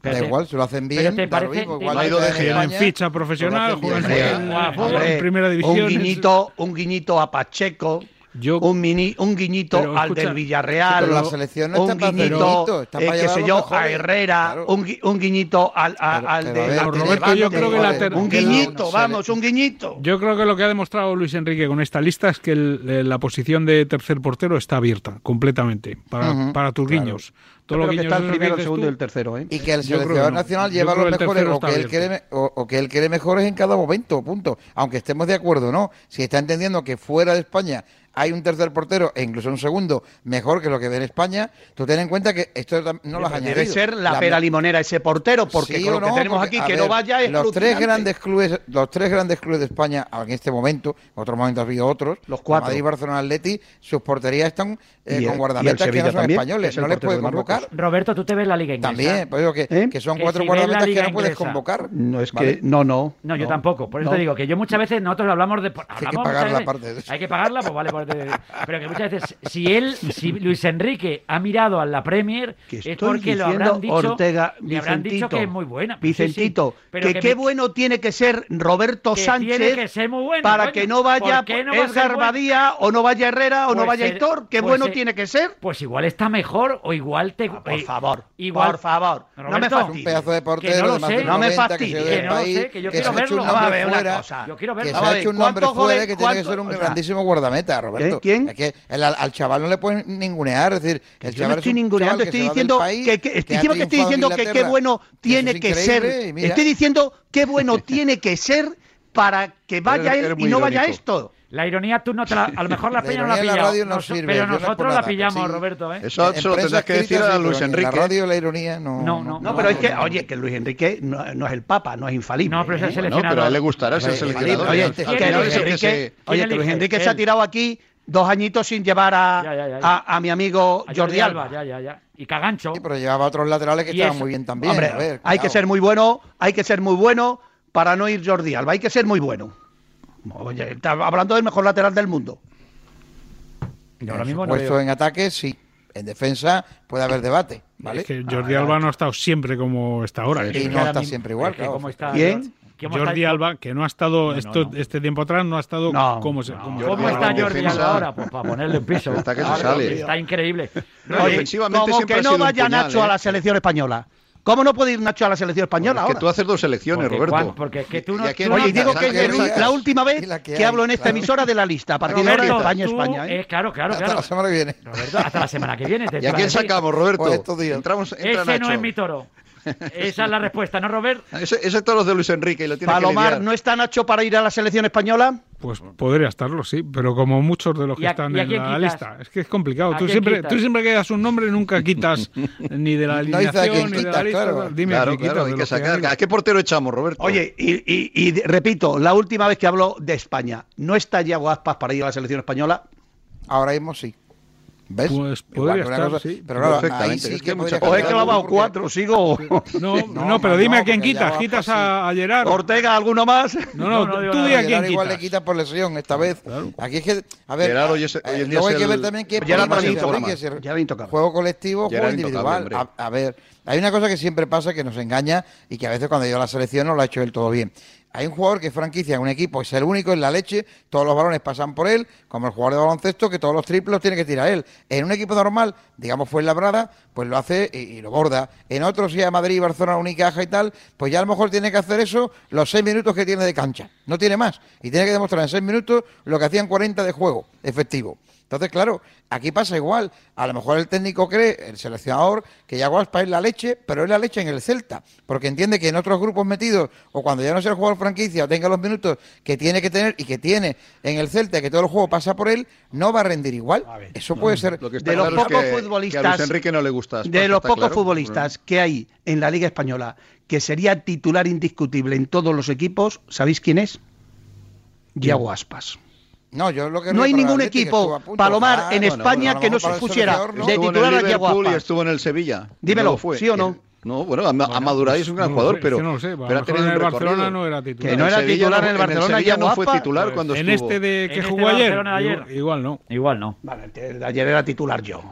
Pero
Da
te-
igual, si lo hacen bien.
pero te
da lo
parece-
mismo,
te
igual
parece- Ahí lo
caen
dejé.
en
Juegan
España,
en ficha
lo
profesional,
hacen
juegan
bien.
en,
Hombre,
en primera división.
Un
es-
guiñito, un guiñito a Pacheco,
Yo-
un, mini, un guiñito
Pero,
al
escucha,
del Villarreal,
pero la selección
un
no está para hacer guiñitos,
guiñito,
está
eh,
para
qué
llevar a
sé
los
yo, a
mejores,
Herrera,
claro.
un, gui- un guiñito al, a-
Pero-
al
pero a
de,
ver,
al de
Roberto, yo
Levante.
creo que
¿eh?
la ter-
un
que la-
guiñito,
se le-
vamos, un guiñito.
Yo creo que lo que ha demostrado Luis Enrique con esta lista es que el- eh, la posición de tercer portero está abierta completamente para,
Ujú,
para tus
claro.
guiños.
Yo
Todos los
creo que
guiños
está el
esos que
primero, el
dices
segundo y
tú,
el tercero. ¿eh?
Y que el
Yo creo que
seleccionador
no.
nacional
Yo
lleva
creo
los
que el
mejores
tercero
o que,
está
él quiere, o, o que él quiere mejores en cada momento, punto. Aunque estemos de acuerdo, ¿no? Si está entendiendo que fuera de España hay un tercer portero e incluso un segundo mejor que lo que ve en España, tú ten en cuenta que esto tam- no lo has añadido.
Debe ser la,
La-
pera limonera ese portero, porque
Sí
con
o
lo que
no,
tenemos
porque,
aquí,
a
que
ver,
no vaya es
los tres
alucinante.
grandes clubes, los tres grandes clubes de España en este momento, en otro momento ha habido otros,
Los cuatro.
Madrid, Barcelona, Atleti, sus porterías están
Y
eh,
el- y
con
el
guardametas que
Sevilla
no son
también, que
españoles,
es el
no les
portero
puede
de Marruecos.
convocar.
Roberto, tú te ves la liga inglesa.
También, pues digo que,
¿Eh?
que son
Que
cuatro
si ves la
guardametas que
liga
no puedes
inglesa.
convocar.
No es que,
¿vale?
no, no.
No, yo tampoco. Por eso te
no.
digo que yo muchas veces nosotros hablamos de.
hay que
hablamos
pagar
muchas
la
veces-
parte.
Hay que pagarla, pues vale. por- de- pero que muchas veces, si él, si Luis Enrique ha mirado a la Premier,
que
es
estoy
porque lo
diciendo
habrán dicho.
Ortega
le habrán dicho
Vicentito,
que es muy buena. pues Sí, sí.
Vicentito,
Pero
que,
que
qué
me-
bueno tiene que ser Roberto
Que
Sánchez
tiene que ser muy bueno,
para
coño.
que no vaya
¿Por qué no va a ser
Edgar
bueno?
Badía o no vaya Herrera o no
Pues
vaya
ser-
Héctor, qué
pues
bueno
ser-
tiene que ser.
Pues igual está mejor o igual te.
Ah,
Por
eh,
favor,
igual-
por favor, no me
Roberto,
un
fastidies.
pedazo de portero
Que no lo
de más
sé.
de
No
me
90, que se
fastidies.
ve del
Que
no lo
país,
sé, que yo quiero
que se ha hecho
verlo.
un
Vamos a
nombre
ver una
fuera,
cosa.
Yo quiero
que se
verlo.
Vamos a
ha
ver,
hecho un nombre
¿cuántos
fuera
goles-
que tiene que
cuántos-
ser un
o sea,
grandísimo guardameta, Roberto.
¿Eh? ¿Quién?
Es que el- al chaval no le puedes ningunear, es decir, el
Yo
chaval
no
es
estoy
un
ninguneando,
chaval
estoy
se va del
diciendo
país,
que, que- estoy
ha
diciendo que estoy
triunfado en
diciendo que qué
Inglaterra,
bueno
eso es
tiene que
increíble, y
ser.
mira,
Estoy diciendo qué bueno tiene que ser para que vaya
Eres-
él
eres
y
muy
no vaya
irónico.
esto.
La ironía tú no te la. A lo mejor la,
La
peña no la ha
ironía en la
pillado.
radio no
Nos-
sirve,
pero
yo no es por
nosotros la
nada,
pillamos,
sí.
Roberto, ¿eh?
Eso
en
se lo
prensa
tendrás que
escrita
decir a
sí,
Luis
pero en La
Enrique.
radio la ironía no.
No,
No,
No,
pero es
no,
que,
no.
oye, que Luis Enrique no, no es el Papa, no es infalible.
No, pero ese
¿eh?
es el
Bueno, pero a él le gustará ser
Oye,
seleccionador.
Oye,
Al
que
final
¿quién
es el
Luis
elige?
que
Enrique,
se-
oye,
¿Quién
que Luis
elige?
Enrique se ha
Él.
tirado aquí dos añitos sin llevar a,
Ya, ya, ya.
a, a mi amigo
A
Jordi Alba.
Ya, ya, ya. Y Cagancho.
Sí, pero llevaba otros laterales que
Y
estaban
eso,
muy bien también.
Hombre,
a ver,
hay que
cuidado.
ser muy bueno, hay que ser muy bueno para no ir Jordi Alba, hay que ser muy bueno. Oye, está hablando del mejor lateral del mundo.
Yo
Por
ahora mismo no
supuesto,
veo.
en ataque sí, en defensa puede haber debate, ¿vale?
Es que Jordi Alba no ha estado siempre como está ahora.
Sí.
¿eh?
Y no
Ahora
está
mismo-
siempre igual,
es que
claro.
como está-
¿Quién?
¿Cómo está-
Jordi Alba, que no ha estado
no,
esto-
no.
este tiempo atrás, no ha estado
No,
como se.
no.
como-
Jordi
¿Cómo está
Alba en
Jordi Alba
defensa.
ahora? Pues para ponerle un piso.
Está que se
Claro,
sale.
Está increíble.
No, y
Oye,
ofensivamente
como
siempre
que
ha
no
sido un
vaya
puñal,
Nacho
¿eh?
a la selección española. ¿Cómo no puede ir Nacho a la selección española
Porque
ahora?
tú haces dos selecciones,
Porque,
Roberto.
Juan, porque es que tú no-
¿Y a quién
tú no-
Oye, y
quitas?
digo
¿A
que
quién
es
Santiago,
sacas?
la última
y
vez
la que
que hablo
hay,
en esta
claro.
emisora de la lista. A partir de ahora,
Roberto,
España,
tú-
España. ¿eh?
eh, claro, claro,
Hasta
claro.
la semana que viene.
Roberto, hasta la semana que viene. te
¿Y a
iba
quién
decir.
sacamos, Roberto?
Por estos días.
Entramos, entra
Ese no
Nacho.
es mi toro. Esa es la respuesta, ¿no, Robert?
Ese, ese toro es de Luis Enrique y lo tiene que
Palomar,
lidiar.
¿no está Nacho para ir a la selección española?
Pues podría estarlo, sí, pero como muchos de los
¿Y
que
a-
están
y a
en
quién
la
quitas?
lista. Es que es complicado.
¿A
Tú
quién
siempre,
quitas?
tú siempre que das un nombre nunca quitas ni de la
No dice a
alineación,
quién
ni de la
quitas,
lista.
claro.
Dime a
Claro,
quién quitas
claro,
de
hay que
los
sacar.
digas.
¿A qué portero echamos, Roberto?
Oye, y, y- y de- repito, la última vez que hablo de España, ¿no está Yago Aspas para ir a la selección española?
Ahora mismo sí. ¿Ves?
Pues
Igual
podría
que una
estar,
cosa-
sí.
Pero claro, ahí
Perfectamente,
sí
es que
que
hay
podría
mucha
¿O
cosa.
he
Claro,
clavado
porque-
cuatro? ¿Sigo?
No, no,
No,
pero
man,
dime
no,
a quién
porque ya
quitas.
va
Quitas
fácil.
a, a Gerard.
¿Ortega, alguno más?
No,
No,
no,
no digo
tú
nada.
di a
Gerard
quién
igual le
quitas.
quita por lesión esta vez. Aquí es que, a ver, eh,
Gerard hoy es- hoy en día
luego
es
hay que
el-
ver también qué
Gerard
pone
también
Luis
intocable.
Enrique, si-
Gerard intocable.
Juego colectivo, juego
Gerard
individual.
intocable,
A,
hombre.
a ver, hay una cosa que siempre pasa que nos engaña y que a veces cuando yo la selección no lo ha hecho del todo bien. Hay un jugador que franquicia en un equipo, es el único en la leche, todos los balones pasan por él, como el jugador de baloncesto, que todos los triples los tiene que tirar él. En un equipo normal, digamos Fuenlabrada, pues lo hace y, y lo borda. En otro, si a Madrid, Barcelona, Unicaja y tal, pues ya a lo mejor tiene que hacer eso los seis minutos que tiene de cancha. No tiene más. Y tiene que demostrar en seis minutos lo que hacían 40 de juego efectivo. Entonces, claro, aquí pasa igual. A lo mejor el técnico cree, el seleccionador, que Yaguaspa es la leche, pero es la leche en el Celta. Porque entiende que en otros grupos metidos, o cuando ya no sea el jugador franquicia, o tenga los minutos que tiene que tener y que tiene en el Celta, que todo el juego pasa por él, no va a rendir igual.
A ver,
Eso puede ser.
Lo que está
de los
claro es
pocos
que- que a
futbolistas
Luis Enrique no le gusta. Aspas,
de los
está
pocos
claro.
futbolistas que hay en la Liga española que sería titular indiscutible en todos los equipos, ¿sabéis quién es? Diego Aspas.
No, yo lo que
No
veo
hay
para el
ningún
Atlético,
equipo,
estuvo a punto.
Palomar, en
bueno,
España
bueno, a lo
que no
mejor
se
para el
pusiera
seleccionador, ¿no?
de-
Estuvo en
titular
el
aquí a
Liverpool y
Guapa.
estuvo en el Sevilla.
Dímelo,
Luego fue.
¿sí o no?
No, bueno, a, a Madurai es un gran
no lo
jugador,
sé,
pero.
yo no lo sé, a lo
pero ha
mejor
tenido
en el
un
Barcelona
recorrido.
no era titular.
Que no era
Sevilla
titular
no-
en el Barcelona,
Sevilla no fue
Guapa.
titular cuando
en
estuvo.
este de que
En este
jugó ayer,
Barcelona de ayer.
Igual, igual no.
Igual no.
Bueno, el de- el de ayer era titular yo.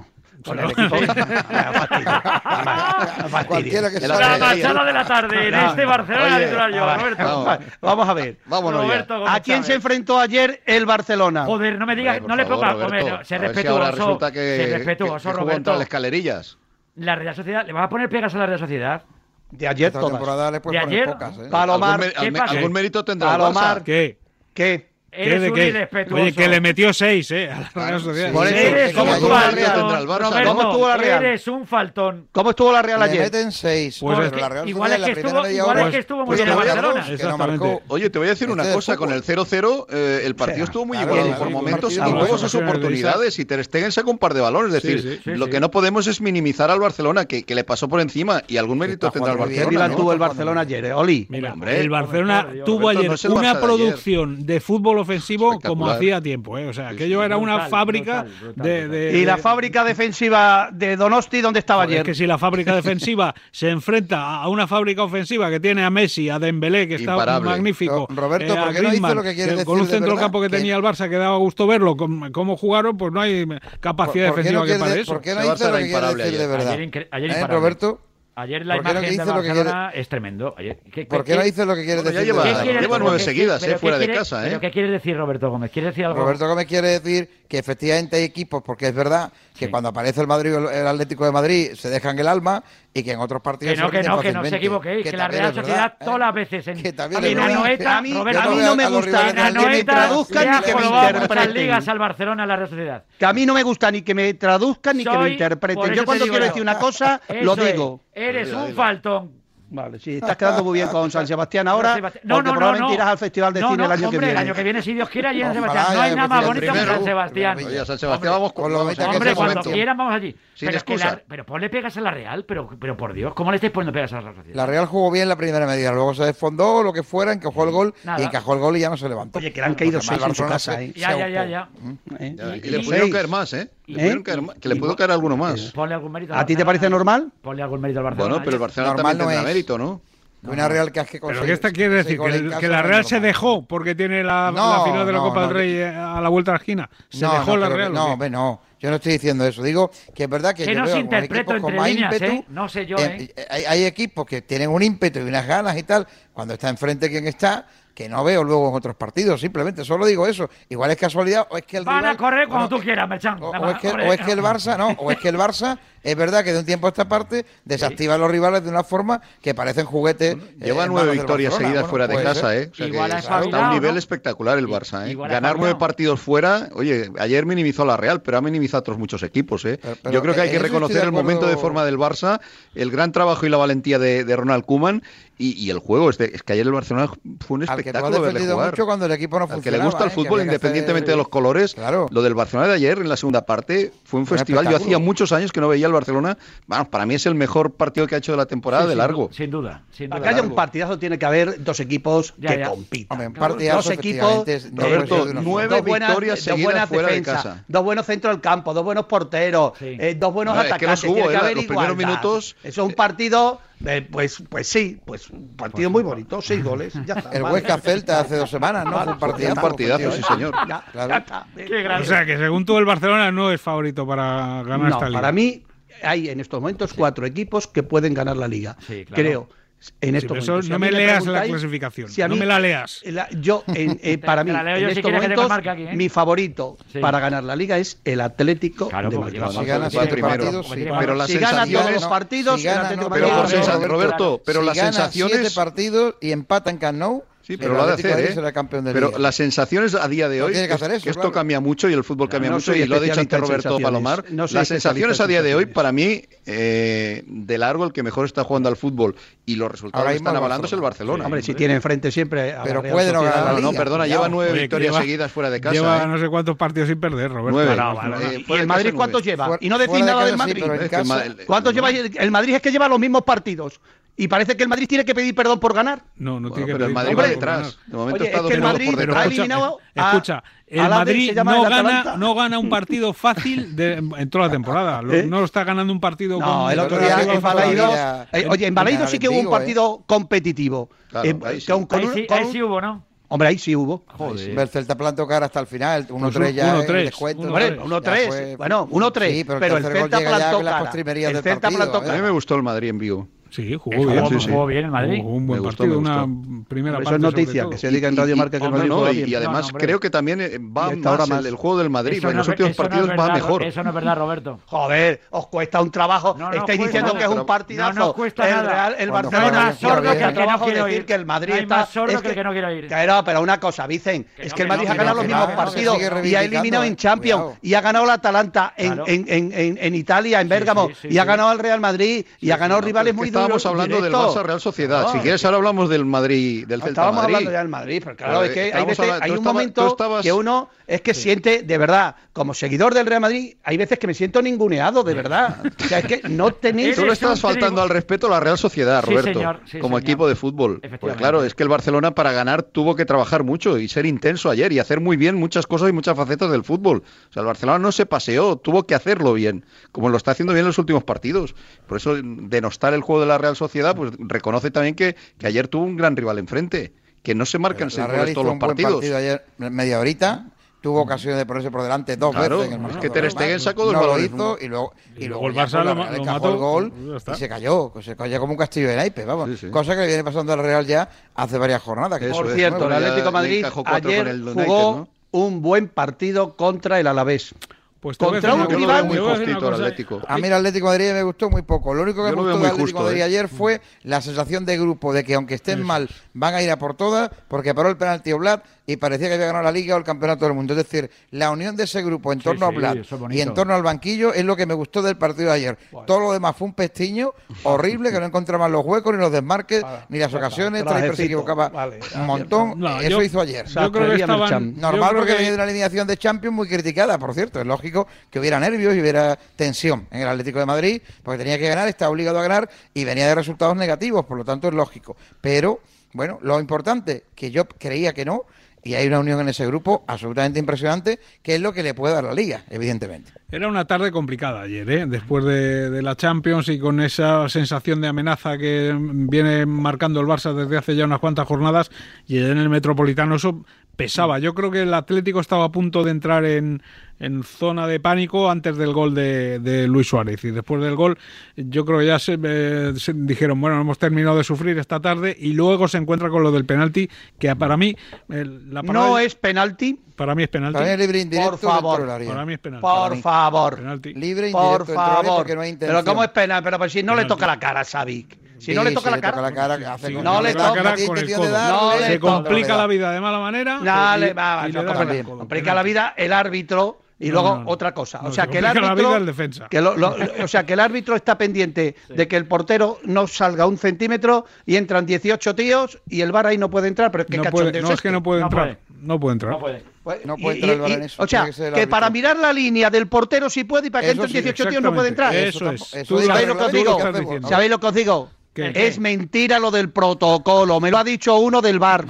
Con el equipo. Fastidio. Fastidio.
Cualquiera que
El
sea.
otro
La
día-
machada de la tarde en
No,
este Barcelona
Ah, oye,
titular yo,
Vamos,
Roberto.
vamos.
Vamos a ver.
Vámonos
Roberto
ya.
Gómez
¿A quién se
Chávez.
enfrentó ayer el Barcelona?
Joder, no me digas, no
Hombre, por
le
favor,
toca
Roberto,
comer. no, Sé
a ver si ahora
respetuoso.
resulta que,
sé
que-
respetuoso,
que jugó entre
Roberto.
las escalerillas.
La Real Sociedad, ¿le vas a poner pegas a la Real Sociedad?
De ayer
Esta
todas.
temporada le puedes
¿De
poner
ayer?
pocas, ¿eh?
Palomar,
algún, mé-
¿qué
al-
pasa?
algún mérito tendrá
Palomar,
el Barça.
¿Qué?
¿Qué?
¿Qué
Eres
de
un
qué?
irrespetuoso.
Oye, que le metió seis, ¿eh? A la Real Sociedad.
Por
Sí,
eso,
Eres
que
un
cayó
algún
la
mérito
Real.
tendrá el
faltón,
Barça,
Roberto.
¿Cómo estuvo la Real?
Eres un faltón.
¿Cómo estuvo la Real
Le
ayer?
meten seis,
Pues
pero
es que
la Real
igual es
Sociedad en la
que
primera
estuvo-
media
igual
hora,
es que estuvo muy
pues
bien
no
el
marcó,
Barcelona.
que no marcó.
Oye, te voy a decir
Este
una
es
cosa, con
fútbol.
el 0-0 eh, el partido estuvo muy
claro,
igualado
claro,
por
sí,
momentos y
partido
hubo
bueno.
sus
Ocasiones de
oportunidades
¿eh?
y Ter Stegen sacó un par de balones, es
Sí,
decir,
sí,
sí,
lo
sí.
que no podemos es minimizar al Barcelona que, que le pasó por encima y algún mérito
Está
tendrá el
jugando
¿Qué
Barcelona.
rival
bien,
¿no?
Barcelona,
tuvo el
¿no?
Barcelona ayer, eh, Oli?
Mira,
Hombre.
el Barcelona
Hombre,
tuvo
Roberto,
ayer
no es el Barça
una
de
producción de fútbol ofensivo como
Espectacular.
hacía tiempo, ¿eh? O sea,
Sí,
aquello
sí.
era una
Brutal,
fábrica
brutal, brutal,
de,
brutal.
de-
¿Y la
de-
fábrica defensiva de Donosti dónde estaba
Joder,
ayer?
Es que si la fábrica defensiva se enfrenta a una fábrica ofensiva que tiene a Messi, a Dembélé, que está
Imparable.
magnífico, eh,
No, Roberto,
a
¿por qué no dices
Griezmann,
lo que quieres
que con un
decir de
centro campo que
verdad?
tenía
Que-
el Barça que daba gusto verlo, com- cómo jugaron, pues no hay
¿Por
capacidad
por qué
defensiva
no
que para
quieres-
eso.
por qué no
Ese Barça
dices lo
era
que quieres
imparable
decir de
ayer.
verdad?
Ayer incre- ayer
¿Eh,
imparable.
Roberto?
Ayer la
¿Por qué no
imagen de
dice lo que
Barcelona es tremendo. Ayer, ¿qué-
¿Por
qué-
qué no
qué-
dices lo que quieres
Bueno, ya
decir de
lleva-
verdad?
qué quieres-
lleva
pero
nueve
qué-
seguidas,
pero
eh,
qué
fuera de
quiere-
casa, eh.
¿Pero qué quieres decir, Roberto Gómez? ¿Quieres decir algo?
Roberto Gómez quiere decir que efectivamente hay equipos, porque es verdad que
Sí.
cuando aparece el Madrid o el- el Atlético de Madrid se dejan el alma y que en otros partidos
Que no,
se
que
rinden
no, que no se
fácilmente.
equivoquéis, que, la
también
Real
es verdad,
Sociedad
¿eh?
todas las veces en,
Que también
en
es verdad.
Anoeta,
A mí-
Roberto,
a mí
veo
no
a
me
los
gusta
rivales
en
del
que me
Atlético
Anoeta
traduzcan
ya
ni que me
jorobamos las
interpreten.
ligas al Barcelona, a la Real Sociedad.
Que a mí no me gusta ni que me traduzcan ni que me
Soy- por
interpreten.
eso
Yo
te
cuando
digo
quiero
yo.
decir una cosa,
Eso
lo
es.
digo.
Eres
Dilo,
un
dilo.
faltón.
Vale, sí, estás quedando muy bien con San Sebastián ahora.
San Sebastián. No,
porque
no, no,
probablemente
no.
irás al Festival de
No,
Cine
no,
el año
hombre,
que
el
viene.
año que viene, si Dios quiere, allí en San
Ojalá,
Sebastián. No hay
ya
nada
me
más
pillan
bonito que
primero.
San Sebastián.
Primero.
Oye, a San Sebastián vamos con
con lo
vamos
bonita
con
que
Hombre,
ese
buen
cuando
momento.
quieran vamos allí.
Sin
pero, que la-
excusa.
pero ponle pegas a la Real, pero, pero por Dios, ¿cómo le estáis poniendo pegas a la Real Sociedad?
La Real jugó bien la primera media, luego se desfondó o lo que fuera, encajó el gol
Nada.
y encajó el gol y ya no se levantó.
Oye, que le han caído
Pues
Porque
seis
además
en su
Barcelona
casa,
se-
¿eh?
Ya,
se
ya, ya,
auto- Mm.
ya.
¿Eh?
Ya,
Y-
Y le
y-
pudieron
seis.
caer más, ¿eh?
y-
Le pudieron caer más- que le pudo caer alguno más.
Ponle algún mérito.
¿A ti te
Barcelona.
parece normal?
Ponle algún mérito al Barcelona.
Bueno, pero el Barcelona
Normal
también
no
tendrá
es.
mérito, ¿no?
Una Real que has que
Pero
conseguir
que esta quiere
seis
decir que,
goles en
el-
casa
que la
no es
Real se
normal.
dejó porque tiene la,
No,
la final de la
no,
Copa
no.
del Rey eh, a la vuelta de la esquina. Se
No,
dejó
no,
la
pero-
Real. ¿o
No,
qué?
hombre, no. Yo no estoy diciendo eso. Digo que es verdad que,
Que
yo
no
veo
se
algunos
interpreto
equipos con
entre
más
líneas,
ímpetu.
¿eh? No sé yo, ¿eh?
hay, hay equipos que tienen un ímpetu y unas ganas y tal, cuando está enfrente quien está, que no veo luego en otros partidos. Simplemente, solo digo eso. Igual es casualidad o es que el
Van
rival-
a correr cuando
bueno,
tú quieras, Merchan.
o,
Nada
o
más,
es que,
hombre.
o es que el Barça, no, o es que el Barça, es verdad que de un tiempo a esta parte desactiva a los rivales de una forma que parecen juguetes. eh,
Lleva nueve
en manos del
victorias
Barcelona.
seguidas
Bueno,
fuera de
puede
casa,
ser.
¿eh? O sea que
Igual ha
está a un
espabilado,
nivel
¿no?
espectacular el
I-
Barça, ¿eh?
igual ha
Ganar nueve
espabilado.
partidos fuera, oye, ayer minimizó a la Real, pero ha minimizado a otros muchos equipos, ¿eh?
Pero- pero
Yo creo que hay
en
que
eso estoy
reconocer
de
el momento de
acuerdo.
forma del Barça, el gran trabajo y la valentía de, de Ronald Kuman y, y el juego. Es, de- es que ayer el Barcelona fue un
Al que tú has
espectáculo verle
defendido
jugar.
mucho cuando el equipo no
Al
funcionaba.
que le gusta el
¿eh?
fútbol,
había que hacer-
independientemente de los colores,
Claro.
lo del Barcelona de ayer en la segunda parte fue un
Fue un
festival. Yo
espectáculo.
hacía muchos años que no veía el Barcelona. Vamos, para mí es el mejor partido que ha hecho de la temporada
Sí,
de
sin
largo.
du- Sin duda, sin duda.
Para que haya un
largo.
partidazo tiene que haber dos equipos
Ya,
que
ya.
compitan.
Hombre, en
Claro,
parte
dos
eso,
equipos,
efectivamente, es- no
Roberto,
puede ser de una
nueve
forma.
dos buenas,
victorias
dos
seguidas
buenas
fuera de
defensas,
casa.
dos buenos centros del campo, dos buenos porteros,
Sí.
eh, dos buenos
No, es que
atacantes.
los hubo,
tiene que
eh,
haber
los primeros
igualdad.
minutos,
Eso es un partido, eh, pues, pues sí, pues un partido muy bonito, seis goles. Ya está,
El
vale.
Huesca Celta hace dos semanas, ¿no? Fue un partidazo.
un partidazo, sí, señor.
Ya,
Claro.
ya está. eh. Pues
Qué grande.
O sea, que según tú el Barcelona no es favorito para ganar
No,
esta liga.
para mí hay en estos momentos cuatro equipos que pueden ganar la liga.
Sí, claro.
Creo en
Sí,
estos
pero eso
momentos. Si a
no
mí
me leas la
preguntáis-
clasificación.
si a
no
mí-
me la leas.
la- yo, en- eh, para
Te
mí,
la leo yo
en
si
estos
quieres que te
momentos,
marque aquí, ¿eh?
mi favorito
Sí.
para ganar la liga es el Atlético
Claro,
de
porque
Madrid.
lleva
Si
cuatro
gana
Va
siete
primero.
partidos,
Como
sí.
tiene
Pero
cuatro-
las
Si gana todos
sensaciones-
los partidos,
si
el
gana,
Atlético
no,
de
Pero,
Madrid
por
Claro,
sensa-
Roberto,
Roberto, pero
si
las
gana siete
sensaciones.
partidos y empata en Camp Nou,
Sí,
el
pero lo ha de
Atlético de
hacer,
Madrid
¿eh?
será campeón de
Pero
liga.
las sensaciones a día de
No
hoy,
tiene que
que
hacer eso,
esto
claro.
cambia mucho y el fútbol cambia
no
mucho,
soy
y lo ha dicho
especialista
antes
en
Roberto
sensaciones.
Palomar.
No soy
las
especialista
sensaciones
en
a día de hoy,
sensaciones.
para mí, eh, de largo, el que mejor está jugando al fútbol y los resultados
Ahora
que
mismo
están
el
avalando es el Barcelona.
Hombre, si tiene enfrente siempre. a la
¿eh? Pero
Real
puede no
Sociedad.
ganar
Claro,
la
no,
Liga,
perdona,
cuidado.
lleva nueve
Oye, que
victorias
lleva-
seguidas fuera de casa.
Lleva
¿eh?
no sé cuántos partidos sin perder, Roberto.
Nueve.
No,
Eh,
vale.
¿Y
fuera de
el Madrid
casa,
cuántos
nueve.
lleva?
Fuera-
y no decís
fuera
nada
casa
del
sí,
Madrid.
pero en
Es que
casa-
ma- el-
¿Cuántos
no.
lleva? El Madrid es que lleva los mismos partidos. Y parece que el Madrid tiene que pedir perdón por ganar.
No, no
Bueno,
tiene que
pero el
pedir
Madrid
perdón
va
Hombre,
por
detrás.
ganar.
De momento
Oye,
está
es que el
dominado
Madrid
por
Pero
ha
detrás.
escucha,
eliminado a-
escucha, el
al Alavés,
Madrid
se llama
no
el
gana,
Atalanta.
no gana un partido fácil de- en toda la temporada. Lo-
¿Eh?
No está ganando un partido
No,
con-
el otro
otro
día
día
en
en
Baleidos.
Mira,
eh, Oye, en Baleidos sí que hubo un
bendigo, eh.
partido competitivo.
Claro,
Eh,
ahí sí.
con- con
Ahí
un-
sí,
con
ahí
un-
sí hubo, ¿no?
Hombre, ahí sí hubo.
El Celta plan tocar hasta el final, 1-3 ya.
1-3,
el descuento,
Uno,
Hombre,
tres.
1-3.
Ya fue-
Bueno, 1-3.
Sí, pero
pero,
el
el
tercer gol
Celta
llega ya
plantó
con las
cara.
postrimerías
El
del
Celta
partido,
plantó
¿eh?
A mí
cara.
me gustó el Madrid en vivo.
Sí, jugó
Jugó,
bien.
sí,
sí,
sí.
jugó bien el Madrid.
Jugó un buen
Me gustó,
partido,
me
una primera parte.
Eso es
sobre
noticia,
todo.
que se diga en Radio Marca que el
No,
Madrid
no,
juega
y,
bien.
y además
No, no, hombre.
creo que también eh,
Y
va
hasta
más
ahora
el,
más.
el juego del Madrid.
Eso
en
no
los
es-
últimos
eso no es
partidos va
verdad,
mejor.
Ro- Eso no es verdad, Roberto.
Joder, os cuesta un trabajo.
No, no
Estáis
cuesta
diciendo
nada.
que es un
No
partidazo.
nos cuesta
el
nada.
Real, el
Cuando
Barcelona.
juega
os
bien,
cuesta
juega bien.
el trabajo
No hay más sordo que el que no
decir
quiero
que el
ir.
Madrid
No hay
está.
más sordo
es
que el que no quiero ir.
Claro, pero una cosa, Vicen,
Que no,
es que el
que
Madrid
no,
ha ganado
que
los
no,
mismos
que no, que
partidos
sigue
y ha
reivindicando,
eliminado
eh.
en Champions
Cuidado.
y ha ganado la Atalanta en,
Claro.
en, en, en, en Italia, en Bérgamo,
sí, sí,
y ha
sí.
ganado al Real Madrid y ha ganado
No,
rivales
es que
muy duros.
Estábamos hablando
directos.
del Barça Real Sociedad. si
No,
quieres, ahora hablamos del Madrid, del
Ah,
Celta
Estábamos
Madrid.
hablando ya del Madrid, pero claro,
Pero,
es
eh,
que hay,
estábamos
veces-
hablando-
hay
tú
un
estabas-
momento
tú estabas-
que uno es que siente, de verdad, como seguidor del Real Madrid, hay veces que me siento ninguneado, de verdad. O sea, es que no tenéis.
Tú
Eres
le
un
estás faltando
tribu-
al respeto a la Real Sociedad,
Sí,
Roberto,
señor, sí,
como
señor.
equipo de fútbol. Porque
Efectivamente.
claro, es que el Barcelona para ganar tuvo que trabajar mucho y ser intenso ayer y hacer muy bien muchas cosas y muchas facetas del fútbol. O sea, el Barcelona no se paseó, tuvo que hacerlo bien, como lo está haciendo bien en los últimos partidos. Por eso denostar el juego de la Real Sociedad, pues reconoce también que, que ayer tuvo un gran rival enfrente, que no se marcan seis
La
goles
Real hizo
todos los
un buen
partidos. Mm.
partido ayer, media horita. Tuvo ocasiones de ponerse por delante dos
Claro,
veces. en el
es
marcador.
que Ter Stegen sacó dos
no
balones.
Lo hizo y luego, y
Y luego
luego
el
ya
Barça
con la
lo ma-
Real
lo
encajó
mató,
el gol
ya está.
y se cayó. pues Se cayó como un castillo de naipes, vamos.
Sí, sí.
Cosa que le viene pasando al Real ya hace varias jornadas. que
Eso
no
Por
es,
es
cierto, el
nuevo.
pues, ya
Atlético de
le
Madrid
encajó cuatro con
ayer
el United,
jugó
¿no?
un buen partido contra el Alavés.
Pues te voy a decir
Contra un
una cosa,
rival
te voy a decir
muy
una
justito al
cosa.
Atlético.
A mí el Atlético de Madrid me gustó muy poco. Lo único que
Yo lo
me
veo
gustó
muy
del
justo,
Atlético de Madrid
¿eh?
ayer fue la sensación de grupo, de que aunque estén mal, van a ir a por todas, porque paró el penalti Oblak y parecía que había ganado la Liga o el Campeonato del Mundo. Es decir, la unión de ese grupo en torno
sí,
a Oblak
eso es bonito.
y en torno al banquillo es lo que me gustó del partido de ayer. Todo lo demás fue un pestiño horrible, que no encontraban los huecos, ni los desmarques, ni las ocasiones. Traiper se
Trajecito.
equivocaba
Vale,
un montón.
No,
Eso
yo-
hizo ayer.
Yo creo que
Sastrería
estaban.
Merchan.
yo
Normal
creo
porque
que-
venía de una alineación de Champions muy criticada, por cierto. Es lógico que hubiera nervios y hubiera tensión en el Atlético de Madrid, porque tenía que ganar, estaba obligado a ganar y venía de resultados negativos, por lo tanto es lógico. Pero, bueno, lo importante, que yo creía que no, y hay una unión en ese grupo absolutamente impresionante, que es lo que le puede dar la liga, evidentemente.
Era una tarde complicada ayer, ¿eh? después de, de la Champions y con esa sensación de amenaza que viene marcando el Barça desde hace ya unas cuantas jornadas y ayer en el Metropolitano eso pesaba. Yo creo que el Atlético estaba a punto de entrar en, en zona de pánico antes del gol de, de Luis Suárez y después del gol yo creo que ya se, eh, se dijeron, bueno, hemos terminado de sufrir esta tarde y luego se encuentra con lo del penalti que para mí el- la parada-
No es penalti,
para mí es penalti.
Para mí es libre e indirecto
Por favor.
dentro del área.
Para mí es penalti.
por favor.
Penalti.
Libre e indirecto
Por
dentro del área
favor.
porque no hay
pero cómo es
intención.
penal, pero pues si no le
Penalti.
toca la cara, Xavi. Si
Sí,
no le toca
si
la cara.
hace
Sí,
con-
no le
con la
toca,
cara
tiene
con el
intención de
codo.
darle,
No le
se
pero no le
complica
da.
la vida de mala manera.
No,
y-
le va,
y
no,
le da
cosa
con
más.
el codo.
Complica la vida el árbitro y
No,
luego
no, no.
otra cosa.
No,
o sea,
se
que el
complica la
árbitro.
vida al defensa.
que lo- lo- o sea, que el árbitro está pendiente de que el portero no salga un centímetro y entran 18 tíos y el bar ahí no puede entrar. Pero es que
No,
cachondeo
puede, no es
este.
que no puede
No
entrar. No puede entrar.
No puede.
Pues,
No
y-
puede entrar el
y-
VAR en
y-
eso,
O sea,
tiene que ser el
que para
árbitro.
mirar la línea del portero sí puede y para que
Eso
entren
sí,
18 tíos no puede entrar.
exactamente. Eso
tampoco-
es.
eso
Tú
dice
¿Sabéis
el
lo que os
reglamento
digo?
que hacemos, ¿no?
¿Sabéis lo que os digo?
¿Qué?
Es mentira lo del protocolo. Me lo ha dicho uno del bar.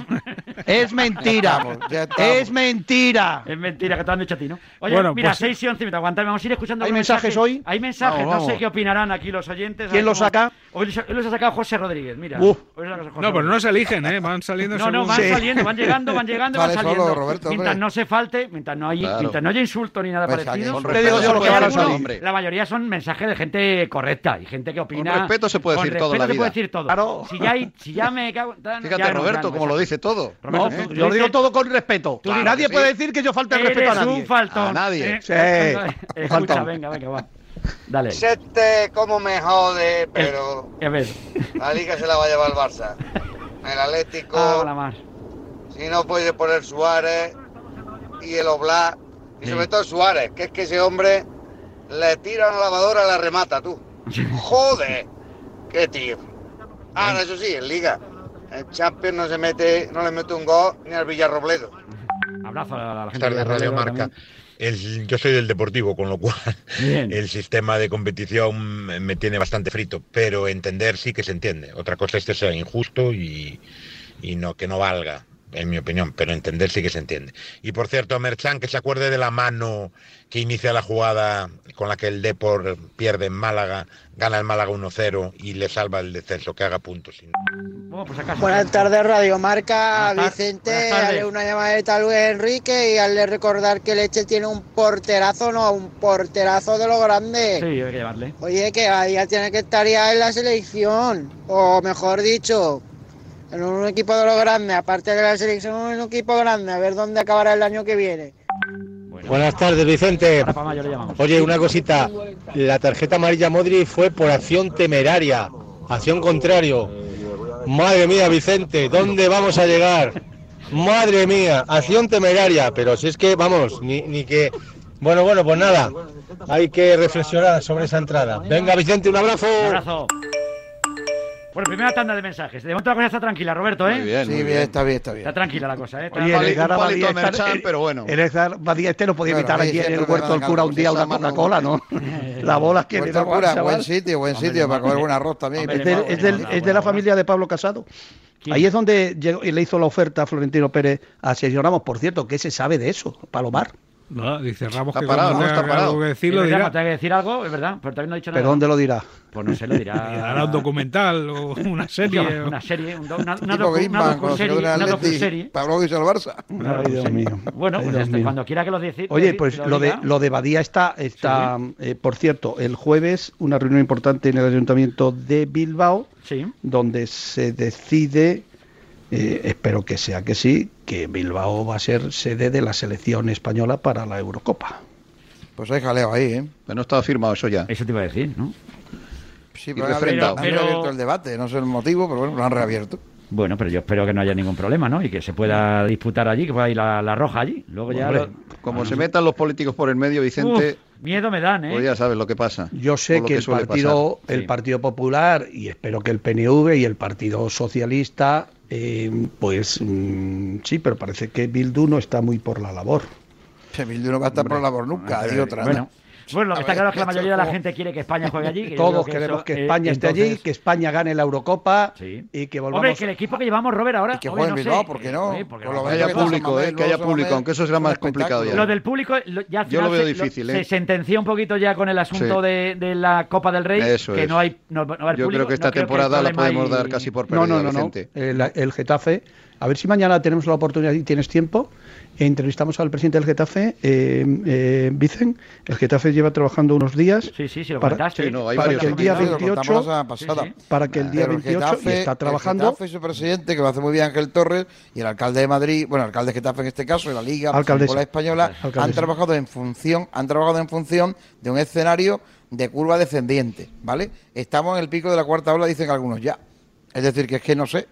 Es mentira.
estamos, ya estamos.
es mentira.
Es mentira que te lo han dicho a ti, ¿no? Oye,
Bueno,
mira,
pues-
6 y 11, aguantar, vamos a ir escuchando
¿Hay
algún
mensajes
mensaje.
hoy?
Hay mensajes,
Vamos,
no sé
vamos.
qué opinarán aquí los oyentes. a
¿Quién
ver
los
cómo-
saca?
Hoy los hoy los ha sacado José Rodríguez, mira.
Uf.
Hoy los ha sacado José
No, pero no
Rodríguez.
se eligen, ¿eh? Van saliendo
No, no,
según-
van
Sí.
saliendo, van llegando, van llegando, van
Vale, solo,
saliendo.
Roberto, hombre.
mientras no se falte, mientras no, hay,
Claro.
mientras no haya insulto ni nada
Pues aquí
parecido.
con
Te digo yo lo que van a
algunos,
salir, hombre.
La mayoría son mensajes de gente correcta y gente que opina.
respeto se puede
Con
decir todo en
respeto
la
se puede
vida.
decir todo.
Claro.
Si ya, hay- si ya me cago. en-
Fíjate,
ya no, ya
Roberto,
no,
como
exacto.
lo dice todo.
Roberto,
No,
tú- tú
yo lo digo
dices-
todo con respeto.
Claro que
nadie
sí.
puede decir que yo falte el respeto a
Eres
nadie.
un faltón.
A nadie.
Eh,
Sí.
eh, Escucha,
Faltón.
venga, venga, va. Dale.
Sete, cómo me jode, pero
A ver.
la liga se la va a llevar el Barça. El Atlético,
Ah, la mar.
si no puede poner Suárez y el Oblá, y
Sí.
sobre todo Suárez, que es que ese hombre le tira una lavadora y la remata, tú. Jode, qué tío. Ahora, eso sí, en liga. El Champions no se mete, no le mete un gol ni al Villarrobledo.
Abrazo a la, a la gente.
Buenas tardes,
de
Radio
Roledo
Marca.
también.
El- yo soy del Deportivo, con lo cual
Bien.
el sistema de competición me tiene bastante frito, pero entender sí que se entiende. Otra cosa es que sea injusto y, y no que no valga, en mi opinión, pero entender sí que se entiende. Y por cierto, Merchan, que se acuerde de la mano que inicia la jugada con la que el Depor pierde en Málaga, gana el Málaga 1-0 y le salva el descenso, que haga puntos. si no-
Bueno, pues acaso.
Buenas tardes, Radio Marca,
Buenas tar- buenas
Vicente.
tardes.
Dale una llamadita a Luis Enrique y hazle recordar que Leche tiene un porterazo, no, un porterazo de lo grande.
Sí, hay que llevarle.
Oye, que ya tiene que estar ya en la selección, o mejor dicho, en un equipo de lo grande, aparte de la selección, en un equipo grande, a ver dónde acabará el año que viene.
Bueno,
Buenas tardes, Vicente.
ahora para mayo le llamamos.
Oye, una cosita. La tarjeta amarilla a Modric fue por acción temeraria, acción contrario. Madre mía, Vicente, ¿dónde vamos a llegar? Madre mía, acción temeraria. Pero si es que, vamos, ni, ni que... Bueno, bueno, pues nada. Hay que reflexionar sobre esa entrada. Venga, Vicente, un abrazo.
Un abrazo. Bueno, primera tanda de mensajes. De momento la cosa está tranquila, Roberto, ¿eh?
Muy bien,
Sí,
muy
bien,
bien.
está bien, está bien.
Está tranquila la cosa, ¿eh? Está-
Oye,
Un
el
palito-
Edgar
un palito
Abadía
de
está-
Merchan, pero bueno.
eh, El Edgar Abadía este no podía
Claro,
evitar
ahí
aquí en
siempre
el
me
huerto
dan
del cura un día
ganas
una
de esa
Coca-Cola, ¿no?
Eh,
La bola que
Puerto Cura, buen sitio, buen
Hombre,
sitio para
hombre,
comer un arroz también.
hombre,
Es, del- es del- es de la familia de Pablo Casado.
¿Quién?
Ahí es donde llegó y le hizo la oferta a Florentino Pérez a Sergio Ramos. Por cierto, ¿qué se sabe de eso, Palomar?
No, dice Ramos
Está
que
parado,
cuando
¿no?
tenga
Está parado.
algo que
Es
decir lo
verdad,
dirá.
cuando tenga que decir algo, es verdad, pero también no ha dicho nada.
¿Pero dónde lo dirá?
Pues no sé, lo dirá.
Y hará un documental o una
Sí,
serie. o-
una serie, un do- una, una,
Tipo
docu- una
Griezmann, cuando se
docuserie,
quedó en el
una
Atleti,
docuserie.
Pablo Guisar al Barça.
Ay, Dios mío.
Bueno,
Ay,
pues
Dios
este,
mío.
cuando quiera que lo decís.
Oye, pues lo de,
diga.
lo de Badía está, está eh, por cierto, el jueves una reunión importante en el Ayuntamiento de Bilbao,
Sí.
donde se decide, eh, espero que sea que sí, que Bilbao va a ser sede de la selección española para la Eurocopa.
Pues hay jaleo ahí, ¿eh?
Pero no estaba firmado eso ya.
Eso te iba a decir, ¿no?
Sí,
Y
pero han
refrendado.
abierto- han
Pero-
reabierto el debate, no sé el motivo, pero bueno, lo han reabierto.
Bueno, pero yo espero que no haya ningún problema, ¿no? Y que se pueda disputar allí, que pueda ir la, la roja allí. Luego ya.
Hombre,
lo-
como
Ah,
se metan los políticos por el medio, Vicente,
Uf, miedo me dan, ¿eh?
pues ya sabes lo que pasa.
Yo sé
Por lo
que, el
suele
partido,
pasar.
el
Sí.
Partido Popular y espero que el PNV y el Partido Socialista, eh, pues mm, sí, pero parece que Bildu no está muy por la labor.
Se Bildu no va a estar por la labor nunca,
eh,
hay otra.
Bueno,
¿no?
bueno, lo que
A
está
ver,
claro es que la
esto es
mayoría de la
como-
gente quiere que España juegue allí. que yo creo
Todos
que
queremos
eso,
que
eh,
España esté allí,
entonces-
que España gane la Eurocopa
Sí.
y que volvamos.
Hombre, que el equipo que llevamos, Robert, ahora.
Y que
hoy
juegue en
Ah, no sé-
Bilbao, ¿por qué no?
Sí, porque lo
Por lo
Que
vamos
haya
a
menos
jugar.
público,
Mamés,
eh, que haya
luego
público,
Mamés,
aunque eso será
es un
más complicado
espectáculo.
ya.
Lo del público lo- ya al
Yo
final
lo veo
se,
difícil,
se
¿eh?
sentenció un poquito ya con el asunto
Sí.
de, de la Copa del Rey,
Eso
que
es.
no hay no, va- no va a haber
Yo
público,
creo que esta
no el
temporada la
problema
podemos
ahí-
dar casi por perdida,
No, no, no, no.
Vicente.
El, el Getafe. A ver si mañana tenemos la oportunidad y tienes tiempo. e Entrevistamos al presidente del Getafe, eh, eh, Vicen. El Getafe lleva trabajando unos días.
Sí, sí, sí, lo
Para-
comentaste.
sí, no, hay
Para
varios
que el día
Sí, lo
28,
contamos la semana pasada.
Sí, sí.
Para que el día
Pero
28 y está
El
trabajando.
Getafe y su presidente, que lo hace muy bien Ángel Torres, y el alcalde de Madrid, bueno, el alcalde de Getafe en este caso, y la Liga
Alcaldesa.
Fútbol Española,
Alcaldesa.
han trabajado en función, han trabajado en función de un escenario de curva descendiente, ¿vale? Estamos en el pico de la cuarta ola, dicen algunos ya. Es decir, que es que no sé.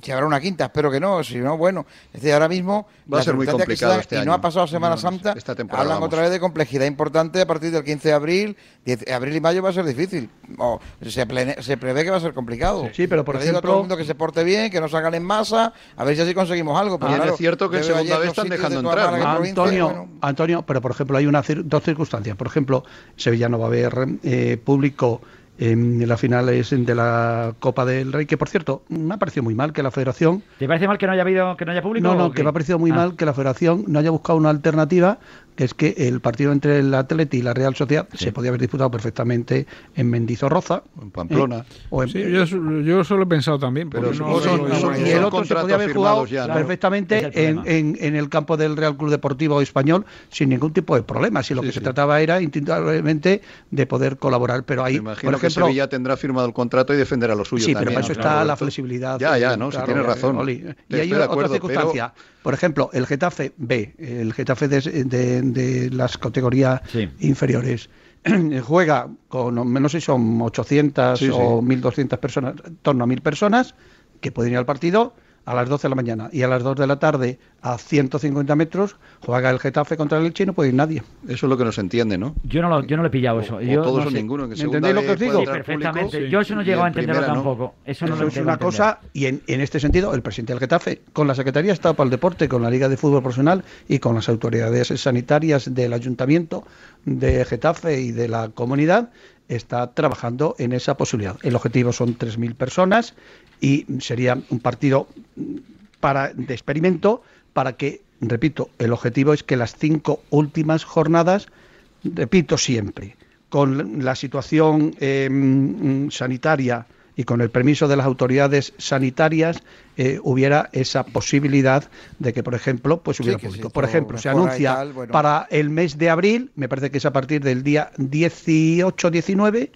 Si habrá una quinta, espero que no, si no, bueno. Es decir, ahora mismo
Va a
las
ser muy
circunstancias que se
complicado
dan
este
y
año.
no ha pasado Semana
No, no,
Santa,
esta temporada,
hablan
vamos.
otra vez de complejidad importante a partir del 15 de abril, 10 de abril y mayo va a ser difícil. O se, plene- se prevé que va a ser complicado.
Sí, pero por
Le digo a todo
ejemplo-
el mundo que se porte bien, que no salgan en masa, a ver si así conseguimos algo. pero
Bien,
claro,
es cierto que en
yo veo
segunda
ayer
vez están
los sitios de
dejando
toda
entrar,
Málaga y provincia,
Antonio,
bueno,
Antonio, pero por ejemplo hay una cir- dos circunstancias. Por ejemplo, Sevilla no va a haber eh, público en las finales de la Copa del Rey, que por cierto, me ha parecido muy mal que la Federación
¿Te parece mal que no haya habido, que no haya público?
no,
o
no, que
qué?
me ha parecido muy
Ah.
mal que la Federación no haya buscado una alternativa, que es que el partido entre el Atleti y la Real Sociedad se podía haber disputado perfectamente en Mendizorroza
En Pamplona.
¿eh? o en
Sí, yo, su- yo solo he pensado también, pero
Pero
no,
supongo que
Son-
no,
son-
no,
y
son
el otro se
contratos
podía haber
firmados
jugado
ya, ¿no?
Es el
perfectamente en,
problema.
en- en el campo del Real Club Deportivo Español sin ningún tipo de problema. Si lo que se trataba era indudablemente de poder colaborar, pero ahí,
Me imagino
por
que
ejemplo,
Sevilla tendrá firmado el contrato y defenderá lo suyo
Sí,
también.
pero para eso
¿no?
está la
Roberto?
flexibilidad.
Ya, ya,
eh,
¿no? Si
claro,
tienes
eh,
razón.
Oli. Y
Estoy
hay
de
otra
acuerdo, pero-
circunstancia. Por ejemplo, el Getafe B, el Getafe de, de- de las categorías
Sí.
inferiores, juega con, no sé si son 800
Sí,
o
sí.
1200 personas, en torno a 1000 personas, que pueden ir al partido a las 12 de la mañana y a las 2 de la tarde a 150 metros juega el Getafe contra el Elche y no puede ir nadie.
Eso es lo que nos entiende, ¿no?
Yo no lo, yo no le he pillado eso.
O
Yo
todos
no
o
sé.
ninguno. Que en
¿Me
segunda
entendéis lo
vez
que os digo?
puede
Sí,
entrar público
perfectamente.
y
Yo eso no
en
llego a entenderlo
primera no.
tampoco. Eso no
Eso
lo
es
llego a
una
entender.
cosa, y en, en este sentido, el presidente del Getafe, con la Secretaría de Estado para el Deporte, con la Liga de Fútbol Profesional y con las autoridades sanitarias del Ayuntamiento de Getafe y de la comunidad, está trabajando en esa posibilidad. El objetivo son 3.000 personas y sería un partido para, de experimento para que, repito, el objetivo es que las cinco últimas jornadas, repito siempre, con la situación eh, mm, sanitaria y con el permiso de las autoridades sanitarias, eh, hubiera esa posibilidad de que, por ejemplo, pues
Sí,
hubiera
que si
público.
esto
por ejemplo, se
mejora y
anuncia
tal, bueno.
para el mes de abril, me parece que es a partir del día 18-19,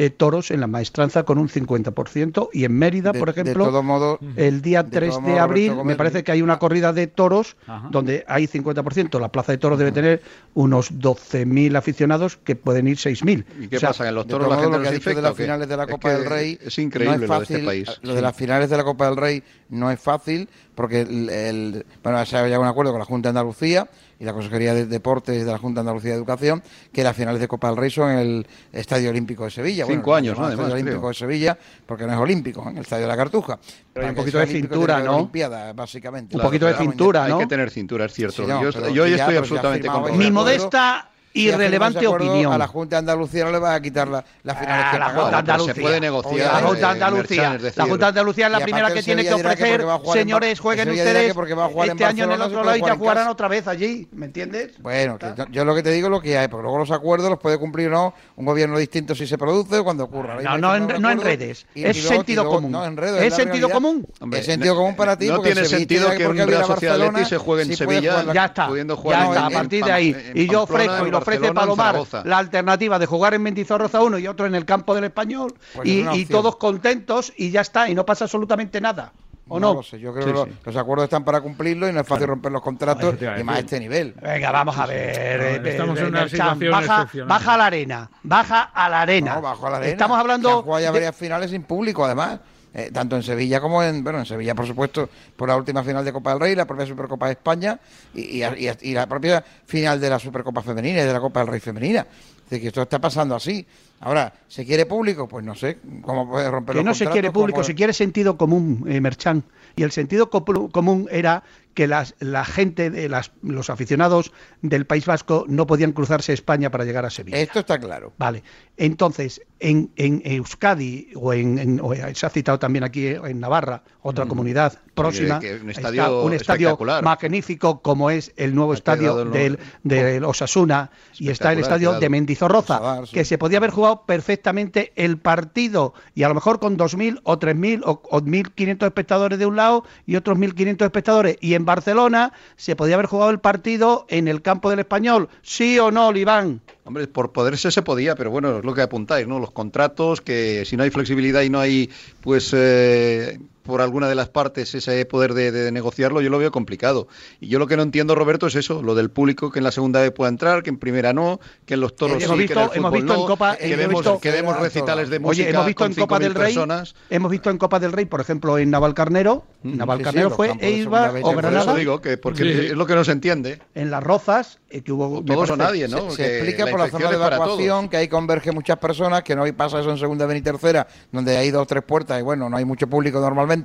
eh, toros en la maestranza con un 50% y en Mérida,
De-
por
de
ejemplo,
todo modo, eh,
el día
De
3
todos
de
modos,
abril
Roberto
me
Gómez,
parece que hay una corrida de toros
Ajá.
donde hay 50%. La plaza de toros debe tener unos 12.000 aficionados que pueden ir 6.000.
¿Y qué
O sea,
pasa? ¿En los
De
toros
todos
la
modos,
gente
lo que
nos
ha dicho
infecta
de las
o qué?
finales de la
Es
Copa
que
del Rey
Es increíble
no es
lo de
fácil,
este país.
Lo de las finales de la Copa del Rey no es fácil porque el, el- bueno se ha llegado a un acuerdo con la Junta de Andalucía y la Consejería de Deportes de la Junta de Andalucía de Educación que las finales de Copa del Rey son en el Estadio Olímpico de Sevilla.
Cinco
Bueno,
años,
no,
¿no?
El Estadio
Además,
Olímpico
creo.
de Sevilla porque no es olímpico, en el Estadio de la Cartuja. Para
un
que
poquito
sea
de
olímpico
cintura,
tiene que haber
¿no?
Olimpiada, básicamente.
Un poquito de
Claro,
cintura,
Hay
¿no?
que tener cintura, es cierto.
Sí, no,
yo
pero
yo hoy
ya,
estoy
pero ya
absolutamente
firmado,
con
ya
Mi
Roberto.
modesto
modesta
Si
y
hacemos
relevante
ese acuerdo,
opinión.
A la Junta de Andalucía no le va a quitar la- este las finales
Ah,
que
la
pagaba.
Junta de
Bueno, pero
Andalucía.
Se puede
Obviamente.
negociar.
La Junta de
eh,
Andalucía.
Merchan, es
la
decir,
Junta de Andalucía es la
Y
primera
aparte
que
el
tiene que
Sevilla dirá que
ofrecer.
porque va a jugar en Bar-
Señores,
el
jueguen
Sevilla dirá que
ustedes.
porque va a jugar en
Este año en el
Barcelona,
otro
se
lado
puede
y
jugar
ya
en
jugarán
casa.
otra vez allí. ¿Me entiendes?
Bueno, que yo lo que te digo es lo que hay, porque luego los acuerdos los puede cumplir o no un gobierno distinto si se produce o cuando ocurra. Ahora
No,
mismo
no
hay
en,
que firmar
no
un
en
acuerdo
redes.
y-
es
y luego-
sentido
y luego-
común.
No, enredo,
es
la
sentido
realidad.
común.
hombre,
es sentido
no- eh,
común para ti.
No
porque
tiene
el Sevilla
sentido
dirá
que
porque
un
vive
Real
a
Sociedad
Barcelona,
Leti se juegue en
sí puede
Sevilla.
jugar la-
Ya está.
Pudiendo jugar
Ya
en-
está. A
en
partir de
Pam-
ahí. Y
en
yo
Pamplona,
ofrezco y
en
lo ofrece
Barcelona, en
Palomar
Zaragoza.
la alternativa de jugar en Mendizorroza uno y otro en el campo del español.
Pues es
y,
una
y
opción.
todos contentos y ya está. Y no pasa absolutamente nada. ¿O no?
lo sé, yo creo que lo- los, acuerdos están para cumplirlo y no es fácil romper los
Ah,
contratos
eso te iba a
y más a
decir.
este nivel.
Venga, vamos a ver. eh, eh,
estamos en
eh,
una
Merchan,
situación
baja,
excepcional.
baja a la arena. Baja a la arena.
No, bajo a la arena.
Estamos
Se han
hablando.
jugado ya
de-
varias finales sin público, además. Eh, tanto en Sevilla como en. Bueno, en Sevilla, por supuesto, por la última final de Copa del Rey, la propia Supercopa de España y, y- y- y la propia final de la Supercopa Femenina y de la Copa del Rey Femenina. Es decir, que esto está pasando así. Ahora, ¿se quiere público? Pues no sé cómo puede romper
que
los
no se
contratos,
quiere público,
cómo-
se quiere sentido común, eh, Merchan. Y el sentido copu- común era que las, la gente, de las, los aficionados del País Vasco no podían cruzarse España para llegar a Sevilla.
Esto está claro.
Vale, entonces, en, en Euskadi, o, en, en- o se ha citado también aquí en Navarra, otra comunidad próxima,
Mm. que un
está
estadio
un estadio
espectacular.
magnífico como es el nuevo
Ha
estadio
quedado el
del,
nuevo-
del Osasuna y está el
Espectacular,
estadio
quedado.
de Mendizorroza,
Sadar, sí.
que se podía haber jugado perfectamente el partido y a lo mejor con 2.000 o 3.000 o, o 1.500 espectadores de un lado y otros 1.500 espectadores. Y en Barcelona se podía haber jugado el partido en el campo del Español, sí o no, Oliván.
Hombre, por poderse se podía, pero bueno, es lo que apuntáis, ¿no? Los contratos, que si no hay flexibilidad y no hay, pues, eh, por alguna de las partes ese poder de, de negociarlo, yo lo veo complicado. Y yo lo que no entiendo, Roberto, es eso, lo del público que en la segunda vez pueda entrar, que en primera no, que en los toros
Hemos
sí, que en el
visto- hemos
fútbol
visto en
no,
Copa-
que,
hemos
vemos,
visto-
que vemos recitales de música
Oye, hemos visto
con
en Copa
5.000
del Rey,
personas.
hemos visto en Copa del Rey, por ejemplo, en Navalcarnero, Navalcarnero
Mm, sí, los
fue
campos de
Eibar o
segunda vez,
Por eso
Granada,
digo, que porque
Sí, sí.
es lo que no se entiende.
en Las Rozas, eh, que hubo
O
me
todos o
parece-
nadie, ¿no?
Se, se
Que
explica por la zona
infección
de
es para todos.
evacuación, que ahí convergen muchas personas, que no hay pasa eso en segunda, ven y tercera, donde hay dos o tres puertas y bueno, no hay mucho público normalmente,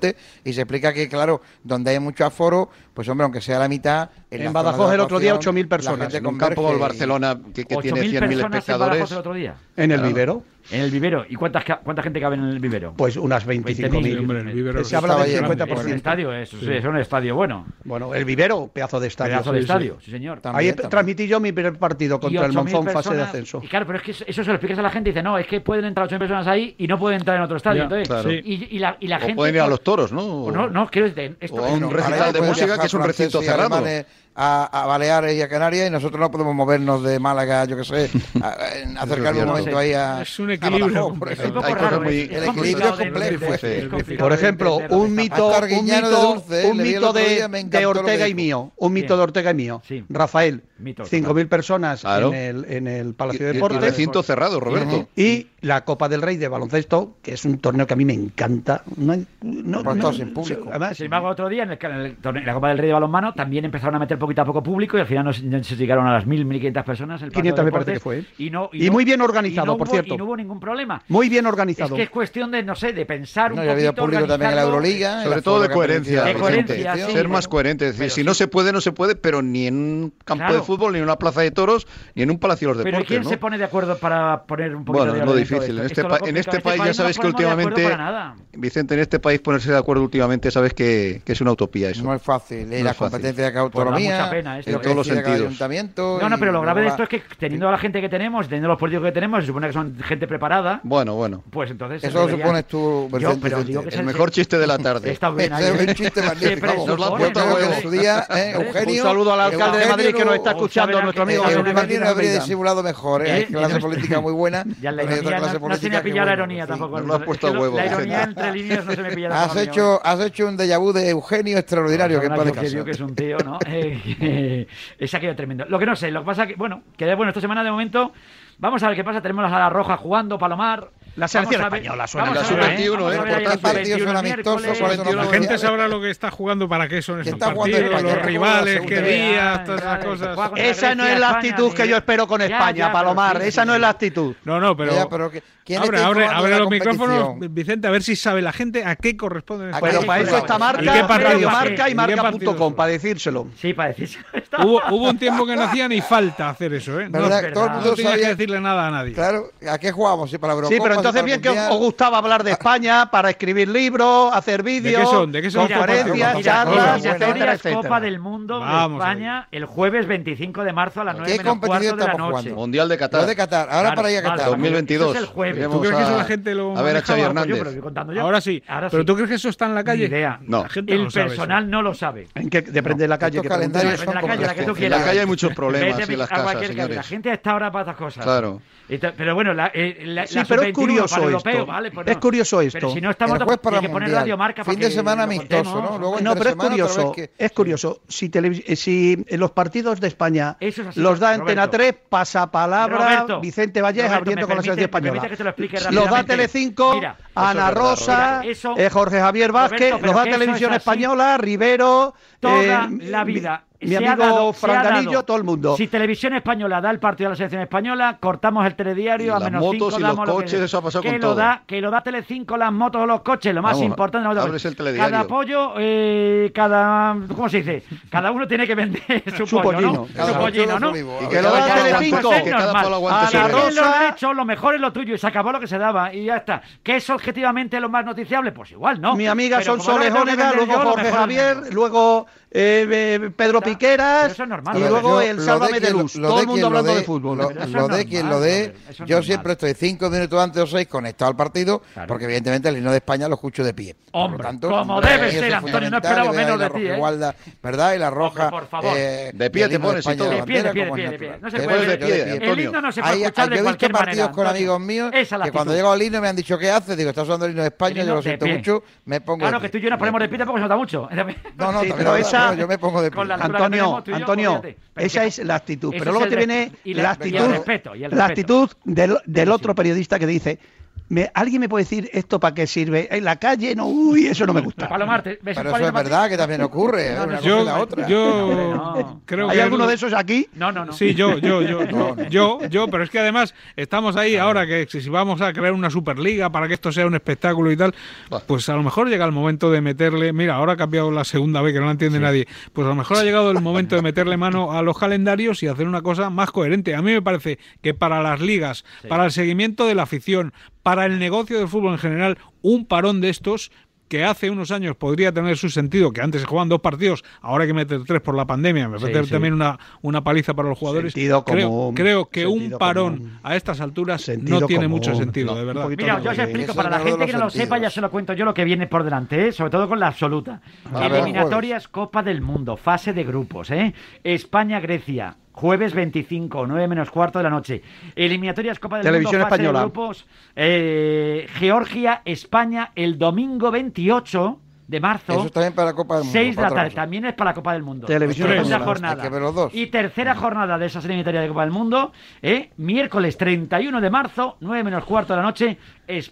y se explica que, claro, donde hay mucho aforo, pues hombre, aunque sea la mitad...
En
la zona de
Badajoz el otro día
evacuación,
8.000
la
personas.
gente
En un
converge
campo como el
y-
Barcelona, que, que tiene
8.000
100.000
personas en Badajoz
espectadores.
el otro día.
en el
Claro.
vivero.
En el vivero. ¿Y cuántas ca- cuánta gente cabe en el vivero?
Pues unas
20.000.
25.000.
hombre, el vivero
Se habla
estaba
del
lleno.
Es un
50%.
estadio, es, sí, es un estadio bueno.
Bueno, el vivero, pedazo de estadio.
pedazo de
Sí, sí.
estadio, sí, señor.
También,
Ahí
también.
transmití yo mi primer partido
Y
contra el
8.000
Monzón, fase de
personas-
ascenso.
Y claro, pero es que eso, eso se lo explicas a la gente y dice, no, es que pueden entrar 8.000 personas ahí y no pueden entrar en otro estadio.
Ya,
entonces,
claro.
y, y la, y la
O
gente...
pueden ir a los toros, ¿no?
o no, no, quiero decir, esto-
o a un
esto-
recital
Ahora ya
de
pueden
música,
viajar
que es un
franceses
recinto
y
cerrado.
alemanes A, a Baleares y a Canarias y nosotros no podemos movernos de Málaga, yo que sé, a- a- en acercar un
cierto.
momento ahí a.
Es un
a
equilibrio
Badajoz, por
es
complicado.
un
ejemplo.
poco
Hay cosas
raro,
muy-
es- es
El
complicado
equilibrio
de- de-
complejo,
de-
eh.
es complicado
Por
de
ejemplo,
entenderlo,
un
exacto.
mito,
Oscar
un
Guiñano de
mito,
Dulce,
un
le vi el
mito
otro día,
de,
me encantó
de
lo que
Ortega y
dijo.
mío, un mito
Bien.
de Ortega y mío.
Sí.
Rafael,
Mito,
5.000 personas en,
Claro.
el, en el
Y-
Palacio
y-
de
y
Deportes.
recinto cerrado, Roberto.
Ujú.
Y la Copa del Rey de baloncesto, que es un torneo que a mí me encanta. No, hay- no,
Por
no-
todo sin público.
Además,
Sin embargo, otro día en, el- en el torneo- en la Copa del Rey de Balonmano también empezaron a meter poquito a poco público y al final no se, no se llegaron a las 1.000, 1.500 personas. El Palacio
500 me
de
parece
Deportes,
que fue, ¿eh?
Y, no,
Y
no-
muy bien
no
organizado, por
hubo-
cierto.
Y no hubo ningún problema.
muy bien
Es
organizado.
que es cuestión de, no sé, de pensar
No,
un
y ha
poquito.
habido público también en la
organizarlo.
Euroliga. el
Sobre todo de
aforo que ha
coherencia,
permitido la
De coherencia,
Vicente.
sí,
ser
pero-
más coherente. Es decir,
pero
si
sí.
no se puede, no se puede, pero ni en un campo
Claro.
de fútbol, ni en una plaza de toros, ni en un palacio de los
Pero ¿y
deportes.
¿quién
¿no?
se pone de acuerdo para poner un poquito
Bueno,
de
es lo
orden en todo
difícil.
esto?
En
Esto
este,
es
pa-
lo
en este
complicado.
país ya sabes que
no nos ponemos de acuerdo
últimamente,
para nada.
Vicente, en este país ponerse de acuerdo últimamente sabes que, que es una utopía eso.
No es fácil. Y
No
las
es fácil.
competencias de cada
Pues da
autonomía.
mucha pena esto,
lo
¿eh?
que
En todos los
decide cada
sentidos.
ayuntamiento.
No, no,
y
pero lo grave de
luego
esto es que teniendo a la gente que tenemos, teniendo los políticos que tenemos, se supone que son gente preparada,
Bueno, bueno.
pues entonces... se
Eso lo
debería-
supones tú,
Yo,
Vicente,
pero digo que
Vicente.
es
El mejor chiste de la tarde.
Está bien ahí.
Ese
¿eh?
es un chiste magnífico.
Siempre
vamos.
Nos lo ha
supone,
puesto
Yo creo
huevo.
que en su día, eh,
Un
Eugenio.
Un saludo al alcalde de Madrid que nos está
Eugenio-
escuchando,
Eugenio-
nuestro amigo.
Eugenio-
Gabriel
Eugenio
Martínez
no habría
Almeida.
disimulado mejor, ¿eh?
¿Eh?
Hay clase
Yo no-
política muy
Ya
buena.
la
pero hay
ironía
otra
no-
clase
no, se me
política
ha
que,
pillado la
bueno,
ironía
sí.
tampoco.
No lo has
Es
puesto
que
a huevo,
La
Vicente.
ironía entre líneas no se me pilla la
Has
mano a mí
hecho, has hecho un déjà vu de Eugenio extraordinario, que en paz
Persona que,
descanse.
vio que es un tío, ¿no? Eh, es aquello tremendo. Lo que no sé, lo que pasa que, bueno, que bueno, esta semana de momento, vamos a ver qué pasa. Tenemos a la Roja jugando, Palomar.
La selección
Vamos a ver-
española suena
vamos
la
a ver,
sub-21,
vamos
eh,
a ver ahí la
importante.
sub-21
Partidos son
miércoles.
amistosos, por eso no
La
Bueno,
gente
ya-
sabrá lo que está jugando, para qué son estos
está jugando
partidos,
España,
los
que juega la
rivales, qué
segunda
liga,
días, todas
claro,
esas
que juega
cosas.
con-
Esa no es la actitud que yo espero con
Ya, ya,
España,
pero
Palomar.
sí,
Esa no
sí.
es la actitud.
No, no, pero.
Ya, pero que- ¿quién
abre,
está
abre,
informando
abre
de la
los micrófonos,
competición? Pues
Vicente, a ver si sabe la gente a qué corresponden estos
Pero
Pero
Ahí
para
está
eso
el
está
partido.
¿Y qué
marca,
partidos
Radio
son?
Marca
¿Y
y
qué partidos
marca.com
son?
para decírselo.
Sí, para decir esto.
Hubo, hubo un tiempo que no hacía ni falta hacer eso, ¿eh? No,
¿Verdad?
no
Todo el mundo
tenías que
sabía-
decirle nada a nadie.
Claro, ¿a qué jugábamos? Sí, para la
Sí,
Eurocopa,
pero
sí,
entonces
para
bien
el
que os
Mundial. Ah.
os gustaba hablar de España para escribir libros, hacer vídeos,
son? ¿De qué son estos
conferencias,
partidos?
charlas,
Mira,
etcétera,
Eliminatorias
etcétera.
Copa del Mundo
Vamos
de España el jueves 25 de marzo a las 9
¿Qué
menos cuarto
competición
de la
estamos
noche.
jugando?
Mundial de Qatar.
Lo de Qatar, ahora
Claro,
para ir a
vale,
Qatar.
vamos.
2022.
Eso es el jueves.
Veremos
¿Tú
crees que
a-
eso la gente lo
A ver, a
maneja
Xavi
o
Yo,
algo?
Hernández.
pero lo estoy contando yo.
Ahora sí.
Ahora
¿Pero
sí.
tú crees que eso está en la calle?
Ni idea.
No.
La gente
El
no sabe eso.
personal no lo sabe.
¿En qué? Depende de la calle.
Estos
que
calendarios
preguntéis.
En la
son
calle, la que tú
complejos.
En la
quieras.
calle hay muchos problemas
Vete
y en las
a
casas,
cualquier calle. La
señores.
gente está ahora para estas cosas.
Claro.
Y ta- Pero bueno, la, eh, la-
Sí,
la
pero es
sub-21
curioso
para europeo,
esto.
¿vale? Pues
Es
no.
curioso
Pero
esto.
si no estamos
el juez para
hay
el
que poner
mundial.
radio marca
fin de semana amistoso, ¿no? Luego
No,
entre
pero es
semana otra
curioso,
vez que-
es curioso. Si, televis- eh, si en los partidos de España
Eso es así,
los da Antena
Roberto.
3, pasapalabra,
Roberto,
Vicente Vallés
Roberto,
abriendo
me
con la
permite-
selección
me permite
española.
que te lo explique
los da
rápidamente.
Telecinco,
Mira,
Ana
eso es verdad,
Rosa,
Roberto. Eso-
eh, Jorge Javier Vázquez,
Roberto, pero
los da
que eso es
Televisión
así.
Española, Rivero,
Toda
eh,
la
mi-
vida.
Mi,
Se ha
amigo
dado- se ha
Franganillo,
dado.
todo el mundo.
Si Televisión Española da el partido a la selección española, cortamos el telediario
Y
a
las
menos
motos
5.
y los coches, eso ha pasado
que
con
lo
todo.
Da, que lo da Telecinco, las motos o los coches, lo más
Vamos,
importante. no, no,
abres el telediario.
cada pollo, eh, cada. ¿Cómo se dice? Cada uno tiene que vender su,
Su
pollo, ¿no?
pollino.
Cada
su
uno
pollino, ¿no?
tiene su olivo.
Y
A
que
ver,
lo
a
da
ver,
Cada
a ver,
cual,
Telecinco,
pues, es
que cada
normal.
palo aguante
A
su
la
vida.
Rosa-
Rosa-
lo han hecho, lo mejor es lo tuyo y se acabó lo que se daba y ya está. ¿Qué es objetivamente lo más noticiable? Pues igual, ¿no?
Mi amiga
Pero
son
como no me
Soles
tengo que
Ónega,
vender
luego
yo, lo
Jorge
mejor es
Javier,
vender.
luego eh, eh, Pedro
Está-
Piqueras
pero eso es normal.
y
A ver,
luego
yo-
el
lo
Sálvame de
quien-
Luz.
lo
Todo el
quien
mundo
lo
hablando de,
dé,
fútbol.
Lo,
Pero eso es
lo de quien lo
normal,
dé,
hombre, eso es
yo
normal.
siempre estoy cinco minutos antes o seis conectado al partido,
Claro.
porque evidentemente el himno de España lo escucho de pie. Por lo
Hombre,
tanto,
como
hombre,
debe
eso
ser,
es
Antonio, no
fundamental,
esperaba
y veis
menos
la
de ti,
roja
¿eh?
igualda, ¿verdad? Y la roja.
por favor.
eh,
De pie
del
te
himno de
pones y
España,
todo.
la
De pie, de
bandera,
pie, de
como es
pie, de pie.
natural.
No se
Te
Eso
puede
es
pones
ver.
de
yo
pie,
de pie.
El himno no se puede
Hay-
escuchar
yo
de
he visto
cualquier
partidos
manera.
con
Antonio.
amigos míos
Esa es la
que cuando
actitud.
llego al himno me han dicho ¿qué haces? Digo, estás usando el himno de
El
España,
himno
yo lo
de
siento
pie.
mucho, me pongo
Claro,
de
que
pie.
tú y yo nos ponemos de pie tampoco se nota mucho.
Sí,
No, no, también
pero
es verdad,
esa-
pero yo me pongo de pie.
Con la- altura que
Antonio,
tenemos tú y yo,
Antonio,
fíjate. Pero
esa
es que-
es la actitud.
ese
Pero
es
luego
el
te
resp-
viene
y la-
la
y el
actitud,
respeto, y el
la
respeto.
actitud del, del otro periodista que dice, me- ¿Alguien me puede decir esto para qué sirve? En la calle, no, uy, eso no me gusta.
Palomar, ¿te- ¿ves
Pero
cuál
eso es
Martín?
verdad que también ocurre. ¿eh?
No, no,
Una
no.
cosa y
Yo,
la otra.
yo
No, hombre, no.
creo
¿Hay
que
alguno
es-
de esos aquí?
No, no, no.
Sí, yo, yo, yo, yo,
No, no.
yo, yo, pero es que además estamos ahí ahora que si vamos a crear una superliga para que esto sea un espectáculo y tal, pues a lo mejor llega el momento de meterle, mira, ahora ha cambiado la segunda vez que no la entiende nadie, pues a lo mejor ha llegado el momento de meterle mano a los calendarios y hacer una cosa más coherente. A mí me parece que para las ligas, para el seguimiento de la afición, para el negocio del fútbol en general, un parón de estos que hace unos años podría tener su sentido, que antes se jugaban dos partidos, ahora hay que meter tres por la pandemia, me parece
sí.
también una, una paliza para los jugadores.
Sentido
creo,
común,
creo que un
sentido
parón
común.
a estas alturas
Sentido
no tiene
común,
mucho sentido,
no,
de
un
verdad.
poquito
Mira,
no,
yo os
eh,
explico
eso
para
es
la
el mejor
gente
de
que
los
no lo sepa, ya
sentidos.
se lo cuento yo lo que viene por delante, ¿eh? sobre todo con la absoluta.
A ver,
Eliminatorias Copa del Mundo, fase de grupos, ¿eh? España-Grecia, jueves 25, 9 menos cuarto de la noche. Eliminatorias Copa del
Televisión
Mundo, fase
española.
de grupos. eh, Georgia-España el domingo 28 de marzo.
Eso es también para la Copa del Mundo.
6 de la
otra
tarde,
cosa.
también es para la Copa del Mundo.
Televisión
Segunda
española.
jornada.
Hay que ver los dos.
Y tercera jornada de esa eliminatoria de Copa del Mundo, ¿eh? miércoles 31 de marzo, 9 menos cuarto de la noche,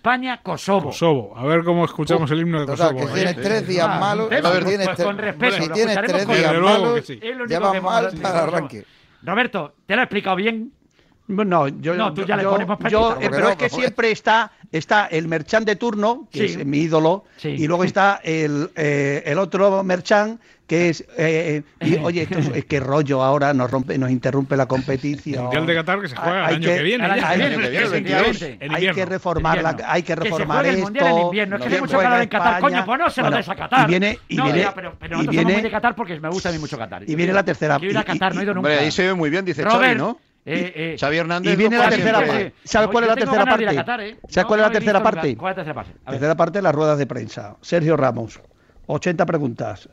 España-Kosovo.
Kosovo, Pues, a ver cómo escuchamos el himno de
Total,
Kosovo.
que tienes
¿eh?
tres días
Ah,
malos.
tema,
si
pues,
tienes
pues,
tre-
con respeto,
si
lo
tienes
escucharemos
tres
con
días
respeto. Desde luego
malos,
que sí.
Es lo único
ya
que
vas
hemos
mal
hablado.
para el arranque.
Roberto, ¿te lo he explicado bien?
No, yo,
No, tú ya le
yo-
pones más
yo-
pellizco.
eh,
Porque
pero
no,
es que
porque-
siempre está, está el merchán de turno, que
Sí.
es mi ídolo,
Sí.
y luego está el, eh, el otro merchán, que es, eh, y, oye, esto es, es que rollo ahora nos rompe, nos interrumpe la competición.
Mundial de Qatar que se juega el
Ah, Hay
año que viene, ¿eh?
el año
ya,
que
hay-
viene,
hay-
el 22, en
Hay que
invierno.
reformar, la,
Invierno.
hay que reformar
que se juegue el
esto.
mundial en invierno. Es que
no
tenemos
se juega
hablar en Qatar,
España.
coño, pues no se lo
Bueno,
des a Qatar.
Y viene, y
no,
viene,
ya, pero, pero nosotros
y
somos muy
viene
de Qatar porque me gusta a mí mucho Qatar.
y viene la tercera.
Quiero ir a
Y-
Qatar,
y-
no he ido nunca.
Hombre, ahí se ve muy bien, dice
Robert,
Xavi, ¿no?
eh, eh,
Xavi Hernández.
Y viene
no
la
para
tercera
siempre.
parte. ¿Sabes
no,
cuál es
yo
la
tengo
tercera
ganas de ir a
parte?
Qatar, ¿eh?
¿Sabes
No,
cuál es
no
la
he visto
tercera
nunca.
parte?
¿Cuál es la tercera parte? A ver.
Tercera parte, las ruedas de prensa. Sergio Ramos, 80 preguntas.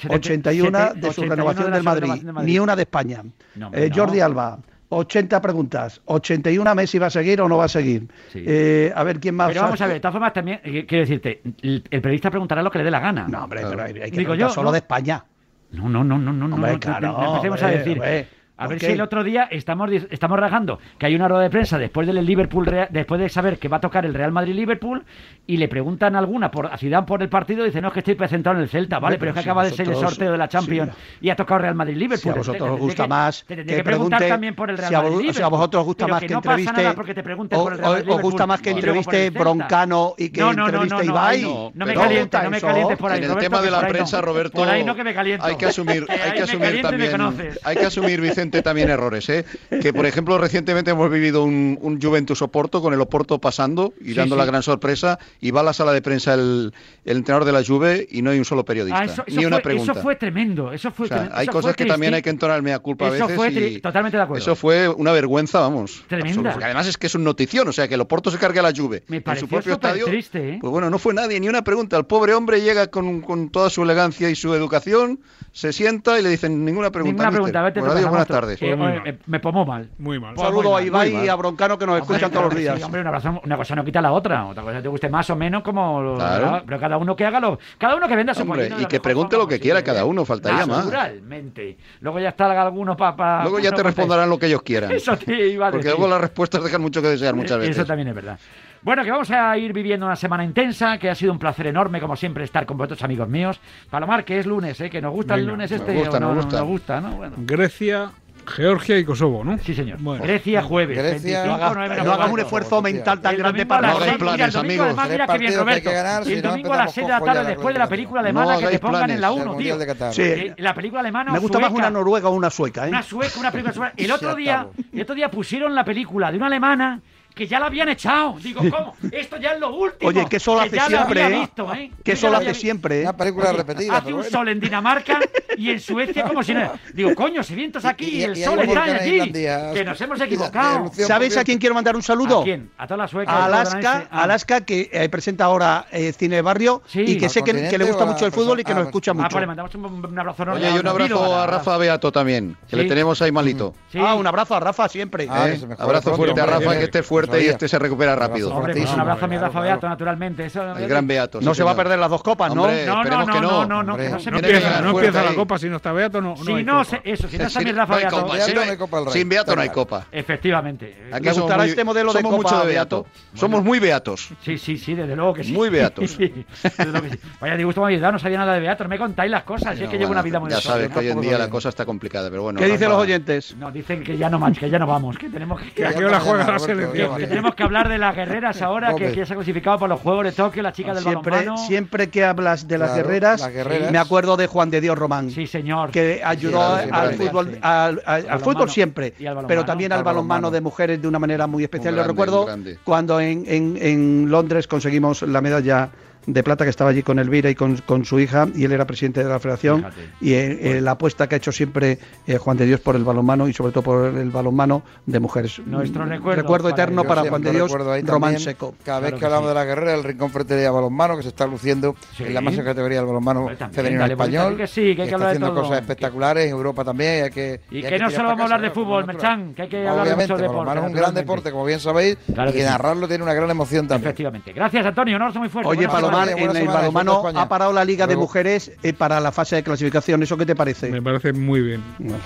Setenta-
81
sete-
de su
81
renovación
de la
del Madrid,
renovación del Madrid.
ni una de España.
No, hombre,
Eh, Jordi
no.
Alba, 80 preguntas, 81 Messi va a seguir o no va a seguir.
Sí.
Eh, a ver quién más.
Pero vamos a ver, de todas formas también, eh, quiero decirte, el, el periodista preguntará lo que le dé la gana.
No, hombre, pero hay, hay que
Digo
preguntar
yo,
solo
¿no?
de España.
No, no, no, no, no, no,
Hombre,
no,
claro,
no, no empecemos a
hombre,
decir.
hombre,
a ver
¿por qué?
si el otro día estamos, dis- estamos rajando que hay una rueda de prensa después del Liverpool, Rea- después de saber que va a tocar el Real Madrid-Liverpool y le preguntan alguna por, a Zidane por el partido y dice, no, es que estoy centrado en el Celta, vale, pero
Hombre,
es que
pero si
acaba de ser el
vosotros-
sorteo de la Champions y ha tocado Real Madrid-Liverpool.
Si a
Te- te-
vosotros
te-
os
te-
gusta
te-
más
Te tendría
que
pues, que preguntar
pregunte-
también por el Real
si a, vos-
Madrid-Liverpool.
si a vosotros os gusta
Pero
más
que
que,
no pasa
entreviste
nada porque te pregunten
o-
por el Real
o- os
Madrid-Liverpool
gusta más que
y luego por el
entreviste
Celta.
Broncano y que
No, no, no,
entreviste
no, no,
Ibai
no, no me
¿Pero
calientes,
gusta
no me
eso?
calientes por ahí.
en el
Roberto,
tema
que
de la
por ahí no.
prensa, Roberto,
Por ahí no que me caliento.
hay que asumir, hay
ahí
que
me
asumir
caliento y me
también,
conoces.
hay que asumir Vicente también errores, ¿eh? Que por ejemplo recientemente hemos vivido un, un Juventus Oporto con el Oporto pasando y dando la gran sorpresa y va a la sala de prensa el, el entrenador de la Juve y no hay un solo periodista,
Ah, eso, eso
ni una
fue,
pregunta.
Eso fue tremendo. Eso fue
O sea,
tremendo,
hay
eso
cosas
fue
que también
tristi-
hay que entonarme a culpa
Eso
a veces.
fue tri-
y
totalmente de acuerdo.
Eso fue una vergüenza, vamos.
Tremenda.
absoluta. Porque además es que es un notición, o sea, que el Oporto se cargue a la Juve
Me
en
pareció
su propio estadio.
supertriste, ¿eh?
Pues bueno, no fue nadie, ni una pregunta. El pobre hombre llega con, con toda su elegancia y su educación, se sienta y le dicen ninguna pregunta.
Ninguna
mister.
pregunta. Vete
Bueno,
tú,
adiós, buenas
Camacho.
tardes.
Eh, oye, me, me pomó mal.
Muy mal.
Un saludo a
Muy mal,
Ibai y a Broncano que nos
Hombre,
escuchan todos los
claro que
días.
sí, hombre, un abrazo- una cosa no quita la otra. Otra cosa te guste más o menos como... lo-
Claro.
Pero cada uno que haga lo... Cada uno que venda su
Hombre,
pollino de
y
la
que
mejor
pregunte
forma
lo que
posible.
quiera cada uno, faltaría más.
Naturalmente. Luego ya está alguno para...
Luego ya te responderán lo que ellos quieran.
Eso te iba a
Porque
decir.
luego las respuestas dejan mucho que desear muchas
Eh,
veces.
Eso también es verdad. Bueno, que vamos a ir viviendo una semana intensa, que ha sido un placer enorme, como siempre, estar con vosotros, amigos míos. Palomar, que es lunes, ¿eh? que nos gusta el
Venga,
lunes
nos
este.
gusta,
o no,
nos
no,
gusta.
nos gusta, ¿no? Bueno.
Grecia, Georgia y Kosovo, ¿no?
Sí, señor.
Bueno.
Grecia, jueves.
Grecia,
25,
no hagas-
No
nueve
hagas
menos
no hagas
un
cuarto.
esfuerzo mental tan
El
grande
domingo a las
para
No hagáis
seis, mira, el
planes,
domingo,
amigos.
además, mira
Tres
que bien,
partidos que hay que
Roberto.
ganar, si
el
no
domingo a las
empezamos
6 de
con
la tarde,
joya la
después de la
clasificación.
película alemana,
No
que te
hagáis
pongan en la 1,
planes,
el
tío.
Mundial de Qatar.
Sí.
Eh, La película alemana.
Me gusta más
sueca.
una noruega o una sueca, ¿eh?
Una sueca, una película sueca. El
Se
otro día,
acabó.
el otro día pusieron la película de una alemana que ya la habían echado. Digo, ¿cómo? Esto ya es lo último.
Oye, que eso lo hace
ya
siempre,
había
¿eh?
visto, ¿eh? Yo ya
Que eso
la
lo
había
hace
vi-
siempre. ¿eh?
Una película repetida,
Hace
pero
un
bueno.
sol en Dinamarca y en Suecia como si no. Digo, coño, si vientos aquí y,
Y- y-
el
y
sol
hay un
está
volcán en
allí.
Islandia.
Que nos hemos
Y la-
equivocado.
erupción
¿Sabéis a
volcán.
quién quiero mandar un saludo?
¿A quién? A todas las suecas.
A
los
Alaska,
canadienses. Ah,
Alaska que eh, presenta ahora eh, Cine de Barrio
Sí.
y que
¿Al
sé que, que le
continente
gusta
o a
mucho el
la
fútbol y que
persona?
nos escucha
Ah,
Ah,
mucho.
pues le mandamos un, un abrazo enorme.
Oye, y un
Olvido,
abrazo a
la-
Rafa Beato también, que
Sí.
le tenemos ahí malito.
Sí.
Ah, un abrazo a Rafa siempre.
Ah,
¿eh?
que se mejore
Abrazo
pronto,
fuerte a
hombre.
Rafa, que esté fuerte fuerte y
Oye,
este se recupera
abrazo
rápido.
Hombre, pues un
Fortísimo.
abrazo a mi
Claro,
Rafa
claro.
Beato, naturalmente. Eso,
El gran Beato. sí,
No se va a
señor.
perder las dos copas, ¿no?
Hombre,
No, no,
esperemos
no,
que
no, no, no,
hombre.
que no se
No
me
empieza,
pierda.
no
fuerte
empieza la
ahí.
copa si no está Beato, no. no
Si
hay
no,
copa.
se- eso, si no está
Sí,
mi
no
Rafa
hay
Beato.
copa,
Beato
sí,
no hay copa del rey.
eh, Sin Beato no hay
Venga.
copa.
Efectivamente. eh,
Aquí
Eh, ¿Le
somos
gustará
muy-
este modelo de
somos
copa
mucho
a
de
Beato?
Beato. Somos muy Beatos.
Sí, sí, sí, desde luego que sí.
Muy beatos.
Sí, desde luego que sí. Vaya disgusto me habéis dado, no sabía nada de Beato. No me contáis las cosas, si es que
No,
llevo una
bueno,
vida muy
Ya
sobria.
sabes que hoy en
tampoco
día
lo
la
digo.
cosa está complicada, pero bueno.
¿Qué dicen los
Rafa,
oyentes?
No, dicen que ya no más, que ya no vamos, que tenemos que...
¿Que ¿A
Ya
qué hora
mañana,
juega la
Roberto,
selección?
ya
que
mañana.
tenemos que hablar de las guerreras ahora, que,
Gómez.
que se ha clasificado para los Juegos de Tokio, la chica del
Siempre,
balonmano.
siempre que hablas de las
Claro,
guerreras,
las guerreras.
me acuerdo de Juan de Dios Román.
Sí, señor.
que ayudó
claro, siempre
al
grande.
fútbol
Sí.
al, al- al
Al
fútbol
balonmano.
siempre
Y al balonmano.
pero también al
Al
balonmano
balonmano.
de mujeres de una manera muy especial
Un
lo
grande,
recuerdo
un grande.
cuando en, en- en Londres conseguimos la medalla de plata que estaba allí con Elvira y con, con su hija y él era presidente de la federación
Fíjate.
y eh, eh, la apuesta que ha hecho siempre eh, Juan de Dios por el balonmano y sobre todo por el balonmano de mujeres
Nuestro
Mm,
recuerdo para
eterno
ellos.
para
Yo
Juan de
siempre
Dios
recuerdo ahí
Román
también,
Seco
Cada vez
Claro que
que hablamos
sí.
de la guerrera, el Rincón Fretería Balonmano, que se está luciendo
Sí.
en la máxima categoría del balonmano
Hombre, también,
femenino
dale vuelta,
español.
di que sí, que hay que
está
hablar de
haciendo
todo.
cosas espectaculares en Europa también. y hay que,
Y
hay
que
que
no
tirar
solo
pa'
vamos a hablar
casa,
de
¿no? Como
fútbol,
natural.
Merchan, que hay que hablar de
Obviamente,
mucho
el
deporte.
balonmano es un gran
naturalmente.
deporte, como bien sabéis,
Claro
y
que
que
sí.
narrarlo tiene una gran emoción también.
Efectivamente. Gracias, Antonio. Un abrazo muy fuerte.
Oye,
Buena semana.
Palomar, eh,
semana,
en
buena
el
semana,
balonmano
disfruta España.
ha parado la Liga de
Luego.
Mujeres eh, para la fase de clasificación. ¿Eso qué te parece?
Me parece muy bien.
No.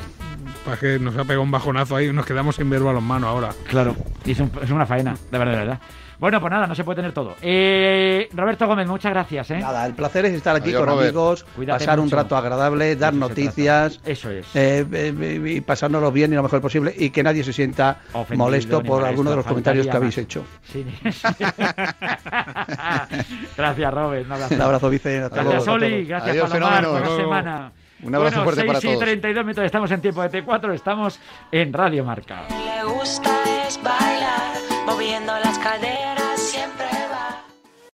Para que nos ha pegado un bajonazo ahí y nos quedamos sin ver balonmano ahora.
Claro. Y es, un- es una faena, de verdad, de verdad. Bueno, pues nada, no se puede tener todo. Eh, Roberto Gómez, muchas gracias. ¿eh?
Nada, el placer es estar aquí
Adiós,
con
Robert.
amigos,
Cuídate
pasar un
mucho.
rato agradable, dar
Eso se
noticias
trata. Eso es.
eh, eh, eh, y pasárnoslo bien y lo mejor posible y que nadie se sienta
Ofendido,
molesto
ni
por
molesto,
alguno de los comentarios que
faltaría
habéis
más.
hecho.
Sí. gracias, Robert. Un abrazo.
Un abrazo, Vicente. Hasta
Gracias,
luego a
Oli.
todos.
Gracias,
Adiós,
Palomar.
fenómeno.
Buena
Hasta luego.
semana.
Un abrazo
bueno,
fuerte para
6 y
todos.
32 minutos. Estamos en tiempo de T4. Estamos en Radio Marca.
Le gusta